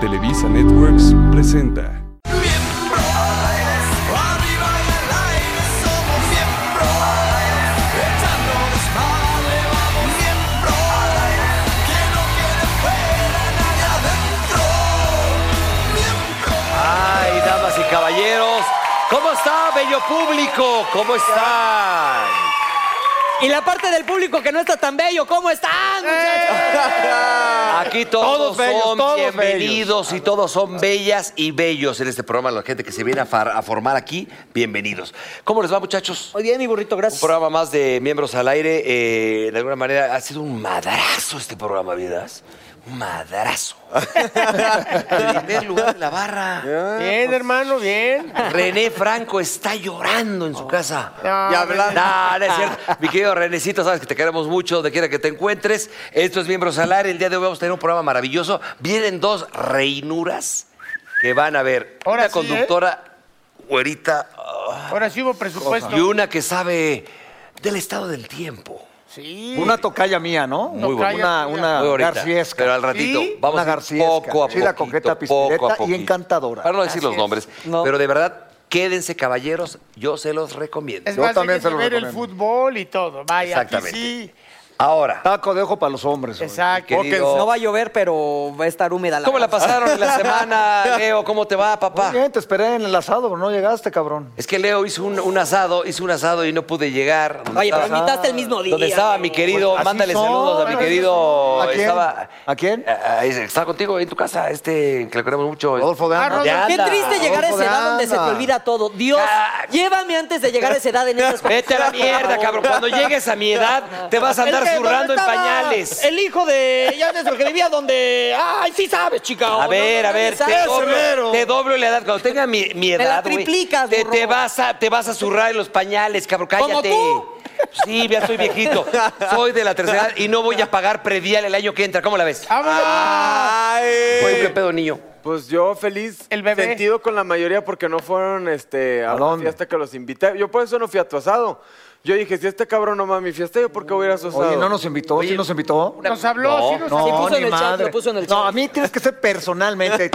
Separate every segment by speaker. Speaker 1: Televisa Networks presenta.
Speaker 2: Arriba y al aire somos miembro al aire, echando desmadre vamos miembro al aire, que no quiere fuera nadie adentro, miembro.
Speaker 3: Ay, damas y caballeros, ¿cómo está, bello público? ¿Cómo están?
Speaker 4: Y la parte del público que no está tan bello, ¿cómo están, muchachos?
Speaker 3: Aquí todos,
Speaker 4: Todos bellos,
Speaker 3: son
Speaker 4: todos
Speaker 3: bienvenidos y todos son bellas y bellos en este programa. La gente que se viene a, far- a formar aquí, bienvenidos. ¿Cómo les va, muchachos?
Speaker 4: Muy bien, mi burrito,
Speaker 3: Un
Speaker 4: gracias.
Speaker 3: programa más de Miembros al Aire. eh, de alguna manera ha sido un madrazo este programa, ¿vidas? Un madrazo. Primer lugar de la barra.
Speaker 5: Bien, hermano, bien.
Speaker 3: René Franco está llorando
Speaker 6: Oh.
Speaker 3: en su casa.
Speaker 5: Y hablando.
Speaker 3: No, no es cierto. Mi querido Renecito, sabes que te queremos mucho, donde quiera que te encuentres. Esto es Miembros al Aire. El día de hoy vamos a tener un programa maravilloso. Vienen dos reinuras que van a ver.
Speaker 5: Ahora
Speaker 3: una
Speaker 5: sí,
Speaker 3: conductora
Speaker 6: ¿eh?
Speaker 3: güerita
Speaker 5: Ahora sí hubo presupuesto.
Speaker 3: y una que sabe del estado del tiempo.
Speaker 5: Sí.
Speaker 6: Una tocaya mía, ¿no?
Speaker 3: Muy
Speaker 5: Tocaya
Speaker 6: una
Speaker 5: tuya.
Speaker 6: una
Speaker 3: Muy bonita.
Speaker 6: Ah, garciesca.
Speaker 3: Pero al ratito
Speaker 5: Sí,
Speaker 3: vamos
Speaker 6: una
Speaker 3: a ir
Speaker 6: garciesca.
Speaker 3: poco a
Speaker 6: Sí, la
Speaker 3: poco,
Speaker 6: coqueta
Speaker 3: poco a
Speaker 6: pispireta
Speaker 3: poquito.
Speaker 6: y encantadora.
Speaker 3: Para no decir los
Speaker 5: es.
Speaker 3: nombres.
Speaker 6: No.
Speaker 3: Pero de verdad, quédense, caballeros. Yo se los recomiendo.
Speaker 5: Es
Speaker 6: Yo
Speaker 5: más,
Speaker 6: también
Speaker 5: también
Speaker 6: se lo
Speaker 5: ver el
Speaker 6: recomiendo.
Speaker 5: fútbol y todo. Vaya, aquí
Speaker 3: Exactamente.
Speaker 5: sí.
Speaker 3: Ahora,
Speaker 6: Taco de ojo para los hombres. güey.
Speaker 5: Exacto.
Speaker 3: Querido-
Speaker 4: No va a llover, pero va a estar húmeda la
Speaker 3: ¿cómo la
Speaker 4: casa.
Speaker 3: pasaron en la semana, Leo? ¿Cómo te va, papá?
Speaker 6: Muy bien, te esperé en el asado, pero no llegaste, cabrón.
Speaker 3: Es que Leo hizo un, un asado, hizo un asado y no pude llegar.
Speaker 4: Oye, pero
Speaker 3: estaba-
Speaker 4: invitaste el mismo día.
Speaker 3: Donde estaba mi querido,
Speaker 6: Pues así
Speaker 3: mándale
Speaker 6: son,
Speaker 3: saludos a mi
Speaker 6: así
Speaker 3: querido.
Speaker 6: son. ¿A quién?
Speaker 3: Estaba,
Speaker 6: ¿A quién?
Speaker 3: Ah, ah, estaba contigo en tu casa, este, que le queremos mucho.
Speaker 6: Rodolfo de
Speaker 5: Ah,
Speaker 6: Anda.
Speaker 5: Rodolfo.
Speaker 3: Ya
Speaker 4: Qué
Speaker 3: anda.
Speaker 4: triste llegar a esa
Speaker 6: Rodolfo,
Speaker 4: edad donde se te
Speaker 6: anda.
Speaker 4: olvida todo. Dios,
Speaker 3: Ah.
Speaker 4: llévame antes de llegar a esa edad en esas cosas.
Speaker 3: Vete a la
Speaker 4: por
Speaker 3: mierda,
Speaker 4: favor.
Speaker 3: cabrón. Cuando llegues a mi edad, te vas a andar
Speaker 4: El que-
Speaker 3: zurrando en
Speaker 4: ¿dónde estaba?
Speaker 3: pañales.
Speaker 4: El hijo de. Eh, Ya ves, el que vivía donde. Ay, sí sabes, chica.
Speaker 3: A ver, a ver, te doblo, te doblo la edad. Cuando tenga mi, mi
Speaker 4: la
Speaker 3: edad, güey,
Speaker 4: triplicas,
Speaker 3: te,
Speaker 4: burro.
Speaker 3: te vas a, te vas a zurrar en los pañales, cabrón.
Speaker 4: ¿Como
Speaker 3: Cállate.
Speaker 4: tú?
Speaker 3: Sí, ya soy viejito. Soy de la tercera edad y no voy a pagar predial el año que entra. ¿Cómo la ves?
Speaker 5: ¡Vámonos! eh,
Speaker 3: Oye, ¿qué pedo, niño?
Speaker 7: Pues yo feliz,
Speaker 5: El bebé.
Speaker 7: sentido con la mayoría porque no fueron este, a,
Speaker 6: ¿A
Speaker 7: la
Speaker 6: dónde?
Speaker 7: fiesta que los invité. Yo por eso no fui a tu asado. Yo dije, si este cabrón no va a mi fiesta, ¿yo por qué voy a ir a su asado?
Speaker 6: Oye, ¿no nos invitó? ¿Sí nos invitó?
Speaker 5: Nos habló,
Speaker 3: No,
Speaker 5: sí nos
Speaker 6: No,
Speaker 4: Sí, puso
Speaker 6: ni
Speaker 4: en el chat,
Speaker 6: madre.
Speaker 4: lo puso en el
Speaker 6: No,
Speaker 4: chat.
Speaker 6: a mí tienes que ser personalmente.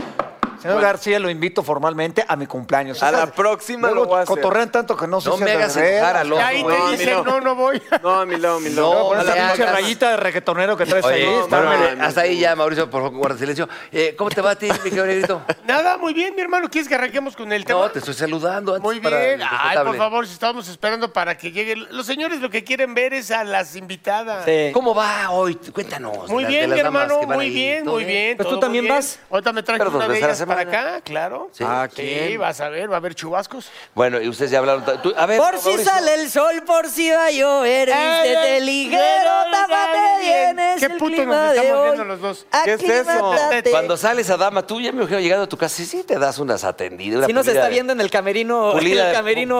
Speaker 6: Señor García, lo invito formalmente a mi cumpleaños.
Speaker 7: A la próxima
Speaker 6: Luego
Speaker 7: lo voy a hacer.
Speaker 6: cotorrean tanto que no sé
Speaker 3: No
Speaker 6: si
Speaker 3: me
Speaker 6: es de
Speaker 3: hagas
Speaker 6: veras.
Speaker 3: enojar, Alonso.
Speaker 5: Y ahí
Speaker 3: No, a
Speaker 5: te
Speaker 3: mí
Speaker 5: dicen,
Speaker 7: no.
Speaker 5: no. no, voy.
Speaker 7: No, a mi lado, a mi
Speaker 3: No,
Speaker 7: lado.
Speaker 6: Con
Speaker 3: No le
Speaker 6: esa pinche
Speaker 3: hagas.
Speaker 6: rayita de reggaetonero que traes ahí.
Speaker 3: Oye,
Speaker 6: está-
Speaker 7: no,
Speaker 3: espérame,
Speaker 7: no, no.
Speaker 3: hasta ahí ya, Mauricio, por favor, guarda silencio. Eh, ¿Cómo te va a ti, mi querido negrito?
Speaker 5: Nada, muy bien, mi hermano. ¿Quieres que arranquemos con el tema?
Speaker 3: No, te estoy saludando antes
Speaker 5: Muy
Speaker 3: para el
Speaker 5: bien. Ay, por
Speaker 3: respetable.
Speaker 5: favor, si estábamos esperando para que lleguen. Los señores lo que quieren ver es a las invitadas.
Speaker 4: Sí.
Speaker 3: Eh, ¿Cómo va hoy? Cuéntanos.
Speaker 5: Muy
Speaker 3: de- de Pues
Speaker 5: bien,
Speaker 3: las
Speaker 5: mi
Speaker 3: damas
Speaker 5: hermano,
Speaker 3: que van
Speaker 5: muy
Speaker 3: ahí.
Speaker 5: bien,
Speaker 3: ¿Todo
Speaker 5: muy bien.
Speaker 4: Pues tú
Speaker 5: todo
Speaker 4: también
Speaker 5: muy bien.
Speaker 4: vas.
Speaker 5: Ahorita me traje
Speaker 3: Pero dos
Speaker 5: una de
Speaker 3: veces a la
Speaker 5: ellas
Speaker 3: semana.
Speaker 5: para acá, claro.
Speaker 3: Sí.
Speaker 5: ¿A
Speaker 3: ¿A
Speaker 5: quién? Sí, vas a ver, va a haber chubascos.
Speaker 3: Bueno, y ustedes ya hablaron. Tú- a ver,
Speaker 4: Por si
Speaker 3: Mauricio.
Speaker 4: sale el sol, por si va a llover,
Speaker 5: Ay, ay,
Speaker 4: vístete ligero,
Speaker 5: ligero,
Speaker 4: tápate
Speaker 5: ay,
Speaker 4: bien,
Speaker 5: bien.
Speaker 4: es
Speaker 5: Qué
Speaker 4: el
Speaker 5: puto nos
Speaker 4: clima de
Speaker 5: estamos
Speaker 4: hoy.
Speaker 5: viendo los dos.
Speaker 7: ¿Qué es
Speaker 4: Aclimátate.
Speaker 3: Cuando sales a dama, tú ya me imagino llegando a tu casa, sí, sí te das unas atendidas. Una
Speaker 4: Si no se
Speaker 3: pulida
Speaker 4: está
Speaker 3: de-
Speaker 4: viendo en el camerino, en
Speaker 3: Pulida,
Speaker 4: el
Speaker 3: de-
Speaker 4: camerino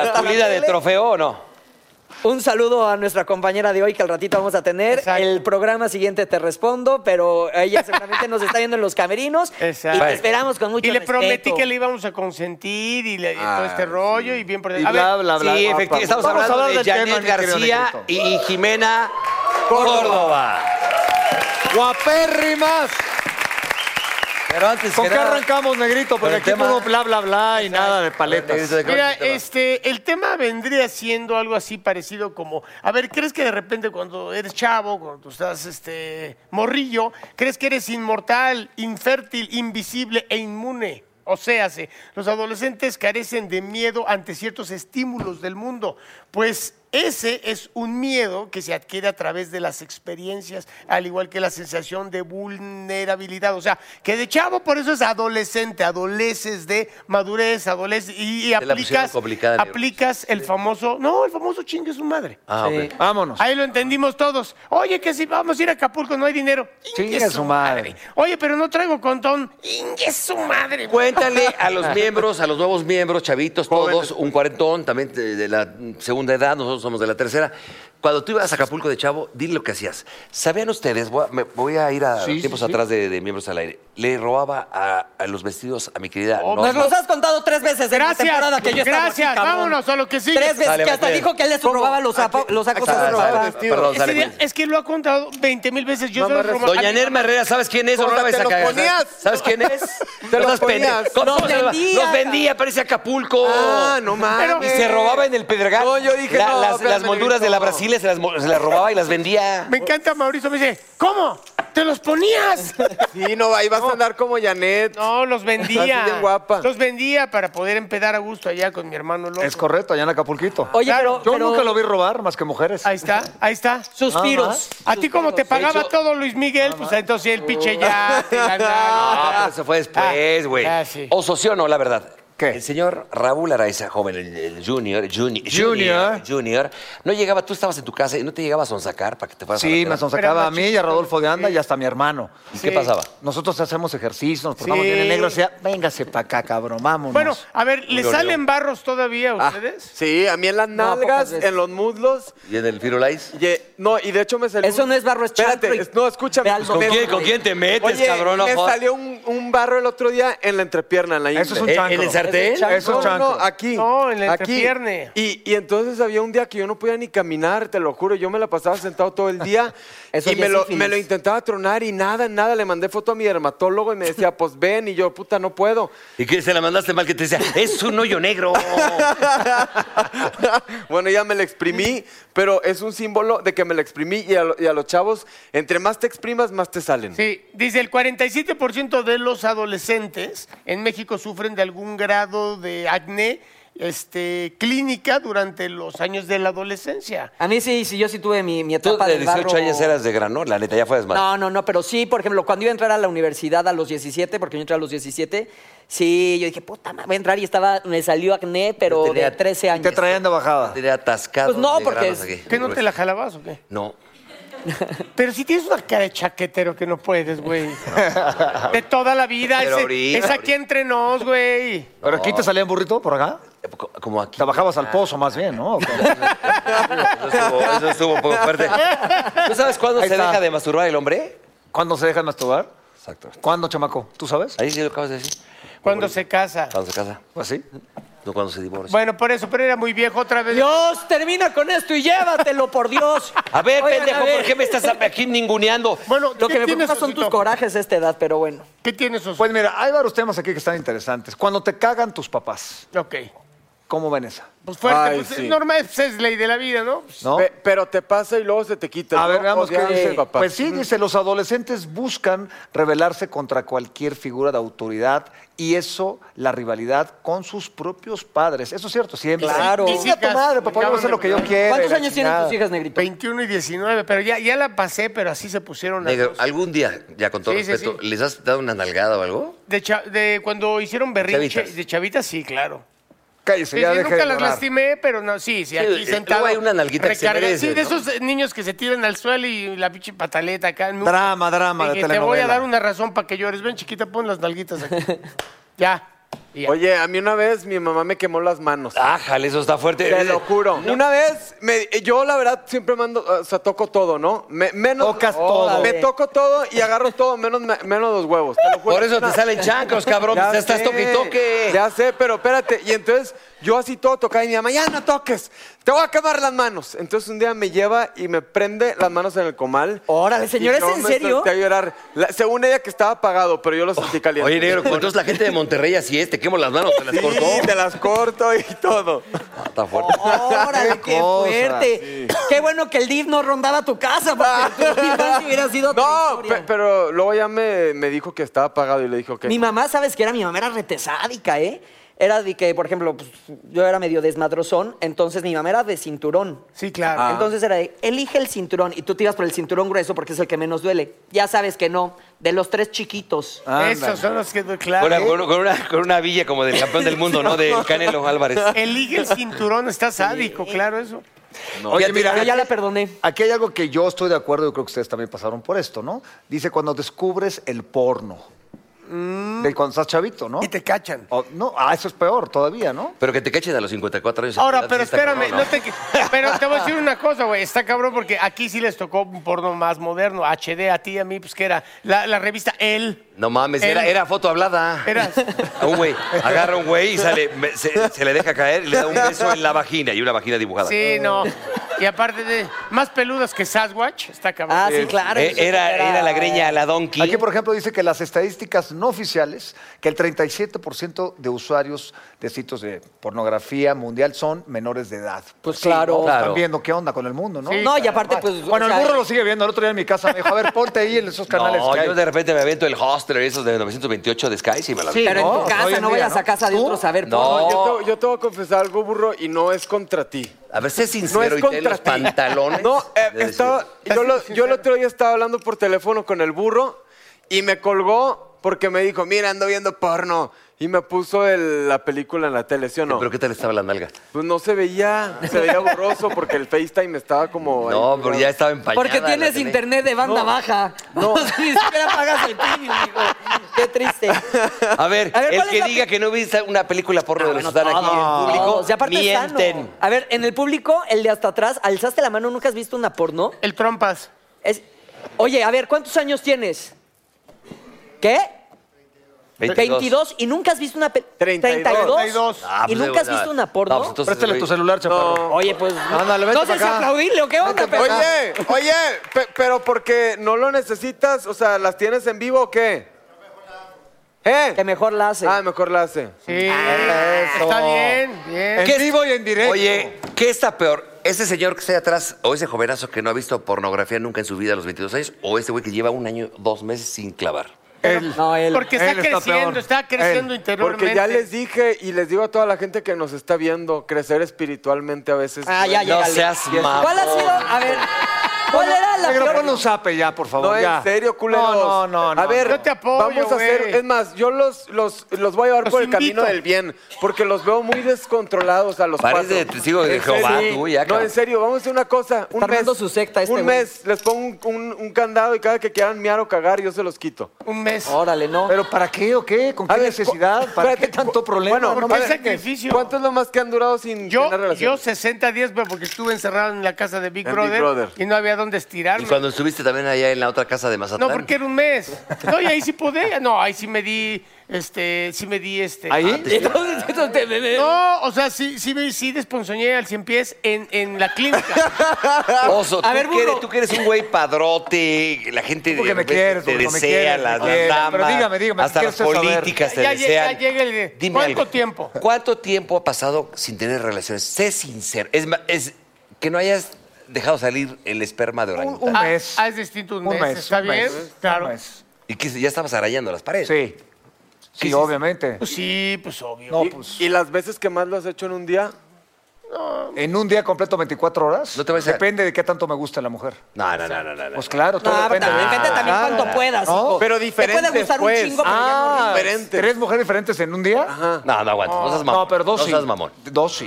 Speaker 4: hasta la
Speaker 3: pulida de
Speaker 4: tele.
Speaker 3: trofeo o no.
Speaker 4: Un saludo a nuestra compañera de hoy que al ratito vamos a tener.
Speaker 5: Exacto.
Speaker 4: El programa siguiente te respondo, pero ella seguramente nos está viendo en los camerinos.
Speaker 5: Exacto.
Speaker 4: Y te esperamos con mucho
Speaker 5: Y le
Speaker 4: respeto.
Speaker 5: prometí que le íbamos a consentir y, le- y
Speaker 3: Ah,
Speaker 5: todo este rollo y bien por
Speaker 6: Y bla, bla, bla.
Speaker 3: sí,
Speaker 6: guapa.
Speaker 3: efectivamente,
Speaker 6: Vamos
Speaker 3: estamos
Speaker 6: a
Speaker 3: hablando
Speaker 6: hablar
Speaker 3: de
Speaker 6: del tema,
Speaker 3: Janet
Speaker 6: mi querido
Speaker 3: García
Speaker 6: negrito.
Speaker 3: y Jimena Córdoba.
Speaker 6: Guapérrimas.
Speaker 3: Pero antes
Speaker 6: ¿Con
Speaker 3: que
Speaker 6: qué
Speaker 3: nada-
Speaker 6: arrancamos, negrito?
Speaker 3: Con el
Speaker 6: Porque aquí
Speaker 3: tema-
Speaker 6: todo bla, bla, bla y nada de
Speaker 3: Negrito de
Speaker 6: paletas.
Speaker 3: Creo
Speaker 5: Mira,
Speaker 3: que te va.
Speaker 5: este, el tema vendría siendo algo así parecido como, a ver, ¿crees que de repente cuando eres chavo, cuando estás este morrillo, crees que eres inmortal, infértil, invisible e inmune? O sea, se- los adolescentes carecen de miedo ante ciertos estímulos del mundo, pues ese es un miedo que se adquiere a través de las experiencias, al igual que la sensación de vulnerabilidad. O sea, que de chavo por eso es adolescente, adoleces de madurez, adoleces y, y
Speaker 3: Te la pusieron
Speaker 5: aplicas,
Speaker 3: complicada, negro.
Speaker 5: aplicas el famoso, no, el famoso chingue su madre.
Speaker 3: Ah, ok.
Speaker 6: Vámonos.
Speaker 5: Ahí lo entendimos todos. Oye, que si vamos a ir a Acapulco no hay dinero.
Speaker 6: Chingue
Speaker 5: Ingue
Speaker 6: su madre.
Speaker 5: Oye, pero no traigo contón. Ingue su madre.
Speaker 3: Cuéntale a los miembros, a los nuevos miembros, chavitos, todos, un cuarentón, también de, de la segunda edad, nosotros somos de la tercera. Cuando tú ibas a Acapulco de Chavo, dile lo que hacías. ¿Sabían ustedes? Voy a, me- voy a ir a
Speaker 6: Sí, sí,
Speaker 3: tiempos
Speaker 6: sí.
Speaker 3: atrás de, de miembros al aire. Le robaba a, a los vestidos a mi querida.
Speaker 8: Oh,
Speaker 3: Norma.
Speaker 8: pues
Speaker 4: Nos los has contado tres veces en la
Speaker 5: Gracias,
Speaker 4: temporada que yo estaba aquí,
Speaker 5: gracias.
Speaker 4: cabrón.
Speaker 5: Vámonos a lo que sigue.
Speaker 4: Tres veces
Speaker 3: Dale,
Speaker 4: que hasta
Speaker 3: Martín.
Speaker 4: dijo que él les robaba los, zapo- los sacos.
Speaker 3: Ah,
Speaker 4: se los
Speaker 3: sale,
Speaker 4: robaba.
Speaker 3: perdón,
Speaker 5: Ese
Speaker 3: sale,
Speaker 5: día-
Speaker 3: Luis.
Speaker 5: es que lo ha contado 20 mil veces. Yo soy Roma-
Speaker 3: Doña Nerma Herrera, ¿sabes quién es?
Speaker 9: Cosa,
Speaker 3: No la vayas
Speaker 9: te
Speaker 3: a
Speaker 9: lo
Speaker 3: cagar,
Speaker 9: ponías.
Speaker 3: ¿sabes? ¿Sabes quién es?
Speaker 9: Te
Speaker 3: No
Speaker 9: lo
Speaker 3: seas pendejo.
Speaker 9: ponías.
Speaker 3: ¿Cómo
Speaker 4: Nos
Speaker 3: se llama?
Speaker 4: vendía.
Speaker 3: Nos vendía, parece Acapulco.
Speaker 9: Ah, no
Speaker 5: Pero-
Speaker 9: mames.
Speaker 3: Y se robaba en el Pedregal.
Speaker 9: No, yo dije,
Speaker 3: La-
Speaker 9: no,
Speaker 3: las,
Speaker 9: espérame,
Speaker 3: las molduras
Speaker 9: Luisito.
Speaker 3: de la Brasilia se las, mo- se las robaba y las vendía.
Speaker 5: Me encanta Mauricio, me dice, ¿cómo? ¿Te los ponías?
Speaker 9: Sí, no, ahí vas a andar como Janet.
Speaker 5: No, los vendía.
Speaker 9: Estás bien guapa.
Speaker 5: Los vendía para poder empedar a gusto allá con mi hermano loco.
Speaker 6: Es correcto, allá en Acapulquito.
Speaker 4: Oye,
Speaker 5: Claro,
Speaker 4: pero,
Speaker 6: Yo
Speaker 4: pero
Speaker 6: nunca lo vi robar más que mujeres.
Speaker 5: Ahí está, ahí está.
Speaker 4: suspiros.
Speaker 5: A ti como te pagaba
Speaker 3: Eso-
Speaker 5: todo Luis Miguel, pues entonces el pinche ya. te
Speaker 3: Ah,
Speaker 5: ganaba.
Speaker 3: pero eso fue después,
Speaker 5: Ah,
Speaker 3: güey.
Speaker 5: ah, sí.
Speaker 3: Oso, ¿sí o no, la verdad.
Speaker 6: ¿Qué?
Speaker 3: El señor Raúl Araiza, joven, el, el junior, juni- junior, junior, no llegaba, tú estabas en tu casa y no te llegaba a sonsacar para que te fueras a la
Speaker 6: Sí,
Speaker 3: peda.
Speaker 6: me sonsacaba
Speaker 5: Era
Speaker 6: a mí y a Rodolfo de Anda y hasta a mi hermano.
Speaker 3: ¿Y qué pasaba?
Speaker 6: Nosotros hacemos ejercicio, nos portamos
Speaker 5: Sí.
Speaker 6: bien en negro, decía, véngase pa' acá, cabrón, vámonos.
Speaker 5: Bueno, a ver, ¿le
Speaker 3: Julio
Speaker 5: salen
Speaker 3: León.
Speaker 5: barros todavía a
Speaker 9: Ah,
Speaker 5: ustedes?
Speaker 9: sí, a mí en las
Speaker 4: pocas
Speaker 9: nalgas,
Speaker 4: veces.
Speaker 9: en los muslos.
Speaker 3: ¿Y en el Firulais?
Speaker 9: y, eh, no, y de hecho me salió.
Speaker 4: Eso
Speaker 9: un-
Speaker 4: no es barro, es
Speaker 9: Espérate,
Speaker 4: chancro y-
Speaker 9: es- no,
Speaker 4: Ve
Speaker 9: escúchame.
Speaker 4: al
Speaker 3: ¿Con
Speaker 4: Pero,
Speaker 3: quién, con
Speaker 4: güey.
Speaker 3: quién te metes,
Speaker 9: Oye,
Speaker 3: cabrón? No
Speaker 9: me
Speaker 3: jodas.
Speaker 9: salió un, un barro el otro día en la entrepierna, en la
Speaker 6: Eso es un
Speaker 9: ingle.
Speaker 6: chancro.
Speaker 3: ¿E-, ¿En el sartén?
Speaker 6: Eso es
Speaker 9: no, no,
Speaker 6: chancro.
Speaker 9: no, aquí.
Speaker 5: No, en la
Speaker 9: aquí.
Speaker 5: entrepierna.
Speaker 9: Y, y entonces había un día que yo no podía ni caminar, te lo juro. Yo me la pasaba sentado todo el día
Speaker 4: Eso
Speaker 9: y
Speaker 4: ya
Speaker 9: me
Speaker 4: es
Speaker 9: lo,
Speaker 4: sífilis.
Speaker 9: me lo intentaba tronar y nada, nada. Le mandé foto a mi dermatólogo y me decía, pues ven. Y yo, puta, no puedo.
Speaker 3: ¿Y qué se la mandaste mal que te decía? Es un hoyo negro.
Speaker 9: bueno, ya me la exprimí, pero es un símbolo de que me la exprimí y a, lo- y a los chavos, entre más te exprimas, más te salen.
Speaker 5: Sí, dice el 47% de los adolescentes en México sufren de algún grado de acné este, clínica durante los años de la adolescencia.
Speaker 4: A mí sí, sí, yo sí tuve mi, mi
Speaker 3: Tú
Speaker 4: etapa
Speaker 3: de
Speaker 4: del
Speaker 3: 18
Speaker 4: barro.
Speaker 3: años eras de granor, la neta, ya fue más.
Speaker 4: No, no, no, pero sí, por ejemplo, cuando iba a entrar a la universidad a los 17, porque yo entré a los 17, sí, yo dije, puta, madre, voy a entrar y estaba, me salió acné, pero
Speaker 3: Yo tenía-
Speaker 4: de 13 años.
Speaker 6: te traían de bajada.
Speaker 3: Te atascado.
Speaker 4: Pues no,
Speaker 3: de
Speaker 4: porque
Speaker 3: granos
Speaker 4: es-
Speaker 3: aquí.
Speaker 5: ¿Qué no te la jalabas o qué?
Speaker 3: No.
Speaker 5: Pero si tienes una cara de chaquetero que no puedes, güey. De toda la vida.
Speaker 3: Pero
Speaker 5: ese-
Speaker 3: ahorita,
Speaker 5: es aquí
Speaker 3: ahorita.
Speaker 5: entre nos, güey.
Speaker 6: ¿Pero aquí te salían burrito por acá?
Speaker 3: eh, Co- Como aquí.
Speaker 6: Te bajabas
Speaker 3: Ah.
Speaker 6: al pozo más bien, ¿no?
Speaker 3: Eso estuvo, eso estuvo un poco fuerte. ¿Tú sabes cuándo
Speaker 6: Ahí
Speaker 3: se
Speaker 6: está.
Speaker 3: deja de masturbar el hombre?
Speaker 6: ¿Cuándo se dejan masturbar?
Speaker 3: Exacto.
Speaker 6: ¿Cuándo, chamaco? ¿Tú sabes?
Speaker 3: Ahí sí lo acabas de decir.
Speaker 5: Cuando se casa.
Speaker 3: Cuando se casa.
Speaker 6: ¿O así?
Speaker 3: No cuando se divorcia.
Speaker 5: Bueno, por eso, pero era muy viejo otra vez.
Speaker 4: Dios, termina con esto y llévatelo, por Dios.
Speaker 3: a ver,
Speaker 4: Oigan,
Speaker 3: pendejo,
Speaker 4: a ver,
Speaker 3: ¿por qué me estás aquí ninguneando?
Speaker 5: Bueno,
Speaker 4: Lo
Speaker 5: ¿qué
Speaker 4: que me
Speaker 5: tienes,
Speaker 4: preocupa son tus
Speaker 5: Osito?
Speaker 4: corajes a esta edad, pero bueno.
Speaker 5: ¿Qué tienes, Osito?
Speaker 6: Pues mira, hay varios temas aquí que están interesantes. Cuando te cagan tus papás,
Speaker 5: Ok.
Speaker 6: ¿cómo ven esa?
Speaker 5: Pues fuerte,
Speaker 9: Ay,
Speaker 5: pues
Speaker 9: sí.
Speaker 5: es normal, pues, es ley de la vida, ¿no? Pues,
Speaker 6: ¿No?
Speaker 9: Pe- pero te pasa y luego se te quita.
Speaker 6: A
Speaker 9: ¿no?
Speaker 6: ver, veamos qué
Speaker 9: Odiar a
Speaker 6: dice.
Speaker 9: tus papás.
Speaker 6: Pues sí, dice, los adolescentes buscan rebelarse contra cualquier figura de autoridad y eso, la rivalidad con sus propios padres. Eso es cierto, siempre.
Speaker 4: Claro.
Speaker 6: Chinga tu madre, papá, yo voy a hacer lo que yo quiero.
Speaker 4: ¿Cuántos
Speaker 6: la
Speaker 4: años tienen
Speaker 6: chingada.
Speaker 4: tus hijas, negrito?
Speaker 5: 21 y 19, pero ya, ya la pasé, pero así se pusieron las
Speaker 3: Negro,
Speaker 5: dos.
Speaker 3: algún día, ya con todo
Speaker 5: Sí, sí,
Speaker 3: respeto,
Speaker 5: sí.
Speaker 3: ¿les has dado una nalgada o algo?
Speaker 5: De, cha- de cuando hicieron berrinche
Speaker 3: Chavitas.
Speaker 5: de chavitas, sí, claro.
Speaker 6: Cállese,
Speaker 5: Sí,
Speaker 6: ya
Speaker 5: sí,
Speaker 6: deje de
Speaker 5: nunca las
Speaker 6: llorar.
Speaker 5: lastimé, pero no, sí, sí,
Speaker 3: Sí,
Speaker 5: aquí
Speaker 3: eh,
Speaker 5: sentado.
Speaker 3: luego hay una nalguita que se
Speaker 5: recarga-
Speaker 3: merece,
Speaker 5: Sí, de
Speaker 3: ¿no?
Speaker 5: esos eh, niños que se tiran al suelo y la pinche pataleta acá. nunca-
Speaker 6: Drama, drama de
Speaker 5: Dije, Te voy a
Speaker 6: telenovela.
Speaker 5: dar una razón para que llores. Ven, chiquita, pon las nalguitas aquí. ya. Y ya.
Speaker 9: Oye, a mí una vez mi mamá me quemó las manos.
Speaker 3: Ájale, eso está fuerte.
Speaker 9: Te lo juro. Una vez, me- yo la verdad siempre mando, o sea, toco todo, ¿no? Me, menos, Oh,
Speaker 6: Tocas todo.
Speaker 9: Me toco todo y agarro todo, menos, menos los huevos. te lo juro.
Speaker 3: Por eso te
Speaker 9: Una-
Speaker 3: salen chancros, cabrón.
Speaker 9: Ya
Speaker 3: Te estás
Speaker 9: sé,
Speaker 3: toque y toque.
Speaker 9: Ya sé, pero espérate. Y entonces yo así todo tocaba y mi mamá, ya no toques, te voy a quemar las manos. Entonces un día me lleva y me prende las manos en el comal.
Speaker 4: Órale, señora,
Speaker 9: Y yo
Speaker 4: ¿es en
Speaker 9: me
Speaker 4: serio?
Speaker 9: solté a llorar. La- según ella que estaba apagado, pero yo lo sentí caliente.
Speaker 3: Oye, negro, pues, entonces la gente de Monterrey así es, te quemo las manos, te las
Speaker 9: Sí,
Speaker 3: cortó.
Speaker 9: te las corto y todo.
Speaker 3: Ah, Está fuerte.
Speaker 4: Órale,
Speaker 6: Qué
Speaker 4: qué
Speaker 6: cosa,
Speaker 4: fuerte. Qué bueno que el DIF no rondaba tu casa, porque tu vida sí hubiera sido otra
Speaker 9: No,
Speaker 4: historia.
Speaker 9: pe- pero luego ya me, me dijo que estaba apagado y le dijo que.
Speaker 4: Mi mamá, ¿sabes qué era? Mi mamá era retesádica, ¿eh? Era de que, por ejemplo, pues, yo era medio desmadrozón, entonces mi mamá era de cinturón.
Speaker 5: Sí, claro.
Speaker 3: Ah.
Speaker 4: Entonces era de, elige el cinturón y tú te ibas por el cinturón grueso porque es el que menos duele. Ya sabes que no, de los tres chiquitos.
Speaker 3: Ah,
Speaker 5: Esos son los que,
Speaker 3: Con
Speaker 5: claro. eh,
Speaker 3: una, con una- con una- con una villa como del campeón del mundo, ¿no? De Canelo Álvarez.
Speaker 5: Elige el cinturón, está sádico, claro eso.
Speaker 6: Oye,
Speaker 4: Fíjate,
Speaker 6: mira,
Speaker 4: yo ya la perdoné.
Speaker 6: Aquí hay algo que yo estoy de acuerdo y creo que ustedes también pasaron por esto, ¿no? Dice cuando descubres el porno. De cuando estás chavito, ¿no?
Speaker 5: Y te cachan.
Speaker 6: O- no, ah, eso es peor todavía, ¿no?
Speaker 3: Pero que te cachen a los 54 años.
Speaker 5: Ahora,
Speaker 3: ¿verdad?
Speaker 5: pero
Speaker 3: Sí está
Speaker 5: espérame,
Speaker 3: cabrón,
Speaker 5: no te, pero te voy a decir una cosa, güey. Está cabrón porque aquí sí les tocó un porno más moderno, HD, a ti y a mí, pues que era la, la revista El.
Speaker 3: No mames, era,
Speaker 5: El-
Speaker 3: era foto hablada.
Speaker 5: Era-
Speaker 3: A Un güey, agarra a un güey y sale, me- se, se le deja caer y le da un beso en la vagina y una vagina dibujada.
Speaker 5: Sí, no. Y aparte de más peludas que Sasquatch, está cabrón.
Speaker 4: Ah, sí, claro.
Speaker 3: Eh, era, era la greña a la donkey.
Speaker 6: Aquí, por ejemplo, dice que las estadísticas no oficiales, que el 37% de usuarios de sitios de pornografía mundial son menores de edad.
Speaker 4: Pues claro.
Speaker 6: ¿no? Pues
Speaker 3: Claro.
Speaker 6: Están viendo qué onda con el mundo, ¿no?
Speaker 5: Sí,
Speaker 4: No, y aparte, pues.
Speaker 6: bueno,
Speaker 4: o
Speaker 6: el
Speaker 4: sea,
Speaker 6: burro lo sigue viendo. El otro día en mi casa me dijo, a ver, ponte ahí en esos canales
Speaker 3: No,
Speaker 6: que hay.
Speaker 3: yo de repente me avento el hostler, esos de 928 de Sky, sí me la
Speaker 5: Sí.
Speaker 4: Pero
Speaker 6: No,
Speaker 4: en tu
Speaker 6: hoy
Speaker 4: casa,
Speaker 6: en
Speaker 4: no
Speaker 6: día,
Speaker 4: vayas
Speaker 6: ¿no?
Speaker 4: a casa de
Speaker 6: ¿Tú?
Speaker 4: otros a ver.
Speaker 3: No.
Speaker 4: porno.
Speaker 9: Yo, te, yo te voy a confesar algo, burro, y no es contra ti.
Speaker 3: A ver, sé
Speaker 9: No
Speaker 3: sincero
Speaker 9: es
Speaker 3: y ten
Speaker 9: contra
Speaker 3: los
Speaker 9: ti.
Speaker 3: pantalones.
Speaker 9: No, eh,
Speaker 3: de decir,
Speaker 9: estaba, yo, lo- yo el otro día estaba hablando por teléfono con el burro y me colgó porque me dijo, mira, ando viendo porno. Y me puso el- la película en la tele, ¿sí o no?
Speaker 3: ¿Pero qué tal estaba la nalga?
Speaker 9: Pues no se veía, se veía borroso porque el FaceTime estaba como... ahí
Speaker 3: No, pero
Speaker 9: pegado.
Speaker 3: ya estaba empañada.
Speaker 4: Porque
Speaker 3: la
Speaker 4: tienes
Speaker 3: tenía.
Speaker 4: internet de banda baja. No. Ni siquiera pagas el premium, hijo. Qué triste.
Speaker 3: A ver,
Speaker 4: A ver,
Speaker 3: el
Speaker 4: ¿cuál es
Speaker 3: que
Speaker 4: la
Speaker 3: diga que no viste una película porno de los que están aquí en el público,
Speaker 4: O sea, Ah. aparte es sano.
Speaker 3: mienten.
Speaker 4: A ver, en el público, el de hasta atrás, alzaste la mano, ¿nunca has visto una porno?
Speaker 5: El trompas.
Speaker 4: Es- Oye, a ver, ¿cuántos años tienes? ¿Qué? 22 y nunca has visto una pe-
Speaker 9: 32.
Speaker 4: 32.
Speaker 3: Ah,
Speaker 4: y
Speaker 3: pues,
Speaker 4: nunca has
Speaker 3: no.
Speaker 4: visto una porno.
Speaker 3: No, pues, entonces,
Speaker 6: Préstale
Speaker 3: güey.
Speaker 6: tu celular, chaparro.
Speaker 4: Oye, pues
Speaker 6: Ándale, vente
Speaker 4: no sé
Speaker 6: pa'
Speaker 4: si
Speaker 6: acá.
Speaker 4: aplaudirle o qué onda, pero
Speaker 9: Oye, oye, pe- pero porque no lo necesitas, o sea, ¿las tienes en vivo o qué? ¿Eh?
Speaker 4: que mejor la hace.
Speaker 9: Ah, mejor la hace.
Speaker 5: Sí. Está bien, bien.
Speaker 3: ¿Qué es-
Speaker 6: vivo y en directo.
Speaker 3: Oye, ¿qué está peor? ¿Ese señor que está ahí atrás o ese jovenazo que no ha visto pornografía nunca en su vida a los 22 años o este güey que lleva un año, dos meses sin clavar?
Speaker 4: no, él.
Speaker 5: Porque está
Speaker 6: él está
Speaker 5: creciendo,
Speaker 6: peor.
Speaker 5: está creciendo interiormente.
Speaker 9: Porque ya les dije y les digo a toda la gente que nos está viendo, crecer espiritualmente a veces.
Speaker 4: Ah, ya, ya.
Speaker 3: No
Speaker 4: dale.
Speaker 3: seas mamón.
Speaker 4: ¿Cuál ha sido? A ver, ¿cuál era la
Speaker 6: Negro,
Speaker 4: peor?
Speaker 6: pon un zape ya, por favor.
Speaker 9: No,
Speaker 6: ya.
Speaker 9: en serio, culeros.
Speaker 6: No, no, no.
Speaker 9: A
Speaker 6: no,
Speaker 9: ver,
Speaker 6: no.
Speaker 5: Yo te apoyo,
Speaker 9: vamos a hacer...
Speaker 5: güey.
Speaker 9: Es más, yo los, los, los voy a llevar
Speaker 5: Los
Speaker 9: por el
Speaker 5: invito.
Speaker 9: camino del bien, porque los veo muy descontrolados a los
Speaker 3: Parece
Speaker 9: cuatro.
Speaker 3: testigo de
Speaker 9: En serio.
Speaker 3: Jehová, tú, ya,
Speaker 9: No,
Speaker 3: cabrón.
Speaker 9: en serio, vamos a hacer una cosa. Un
Speaker 4: Está
Speaker 9: mes,
Speaker 4: armando su secta este
Speaker 9: un
Speaker 4: güey.
Speaker 9: mes, les pongo un, un- un candado y cada que quieran miar o cagar, yo se los quito.
Speaker 5: Un mes.
Speaker 4: Órale, no.
Speaker 6: ¿Pero para qué o qué? ¿Con
Speaker 9: A
Speaker 6: qué
Speaker 9: ver,
Speaker 6: necesidad?
Speaker 9: cu-
Speaker 6: ¿Para qué
Speaker 9: espérate,
Speaker 6: tanto
Speaker 9: cu-
Speaker 6: problema?
Speaker 9: bueno,
Speaker 6: No
Speaker 5: Porque
Speaker 9: a
Speaker 5: es
Speaker 9: ver,
Speaker 5: sacrificio.
Speaker 9: ¿Cuánto es lo más que han durado sin
Speaker 5: Yo,
Speaker 9: tener
Speaker 5: yo
Speaker 9: relación?
Speaker 5: 60 días, güey, porque estuve encerrado en la casa de Big
Speaker 9: En Big
Speaker 5: Brother,
Speaker 9: Brother.
Speaker 5: y no había dónde
Speaker 3: Y
Speaker 5: estirarme.
Speaker 3: cuando estuviste también allá en la otra casa de Mazatlán.
Speaker 5: No, porque era un mes. No, y ahí sí podía. No, ahí sí me di, este, sí me di este.
Speaker 6: ¿Ahí?
Speaker 4: Entonces, entonces,
Speaker 5: No, o sea, sí, sí, me- sí desponsoñé al cien pies en, en la clínica.
Speaker 3: Oso,
Speaker 4: A
Speaker 3: tú,
Speaker 4: ver,
Speaker 3: que eres,
Speaker 4: burro.
Speaker 3: tú que eres un güey padrote, la gente
Speaker 6: Tú que
Speaker 3: de-
Speaker 6: me quieres,
Speaker 3: te
Speaker 6: burro, me
Speaker 3: desea,
Speaker 6: quieres, me
Speaker 3: las, las
Speaker 6: quieres.
Speaker 3: damas,
Speaker 6: Pero dígame, dígame,
Speaker 3: hasta
Speaker 6: ¿qué
Speaker 3: las
Speaker 6: quieres saber?
Speaker 3: políticas te
Speaker 5: Ya lle- ya
Speaker 3: desean.
Speaker 5: llega el de,
Speaker 3: Dime
Speaker 5: ¿cuánto
Speaker 3: algo.
Speaker 5: tiempo?
Speaker 3: ¿Cuánto tiempo ha pasado sin tener relaciones? Sé sincero. Es, ma- es que no hayas dejado salir el esperma de
Speaker 6: Un,
Speaker 3: orangután.
Speaker 6: un
Speaker 5: Ah,
Speaker 6: mes.
Speaker 5: ah, es distinto un mes, ¿está
Speaker 6: un
Speaker 5: bien?
Speaker 6: mes,
Speaker 5: Claro.
Speaker 6: un mes.
Speaker 3: Y que ya estabas arañando las paredes.
Speaker 6: Sí. Sí, obviamente.
Speaker 5: Pues sí, pues obvio.
Speaker 6: No,
Speaker 9: Y-
Speaker 6: pues,
Speaker 9: ¿Y las veces que más lo has hecho en un día?
Speaker 6: en un día completo 24 horas.
Speaker 3: No te vayas a-
Speaker 6: Depende de qué tanto me gusta la mujer.
Speaker 3: No, no, no, no, no, no.
Speaker 6: Pues claro, todo
Speaker 4: No,
Speaker 6: depende.
Speaker 4: pero depende
Speaker 6: Ah,
Speaker 4: también
Speaker 6: claro.
Speaker 4: cuando puedas.
Speaker 6: No,
Speaker 4: hijo.
Speaker 9: pero
Speaker 4: Te
Speaker 9: diferentes,
Speaker 4: puede gustar
Speaker 9: pues.
Speaker 4: un chingo, pero ya
Speaker 6: Ah,
Speaker 4: no
Speaker 9: diferentes.
Speaker 6: ¿Tres mujeres diferentes en un día?
Speaker 3: No, no aguanto. No seas mamón.
Speaker 6: No, pero dos
Speaker 3: No
Speaker 6: sí.
Speaker 3: seas mamón.
Speaker 6: Dos sí.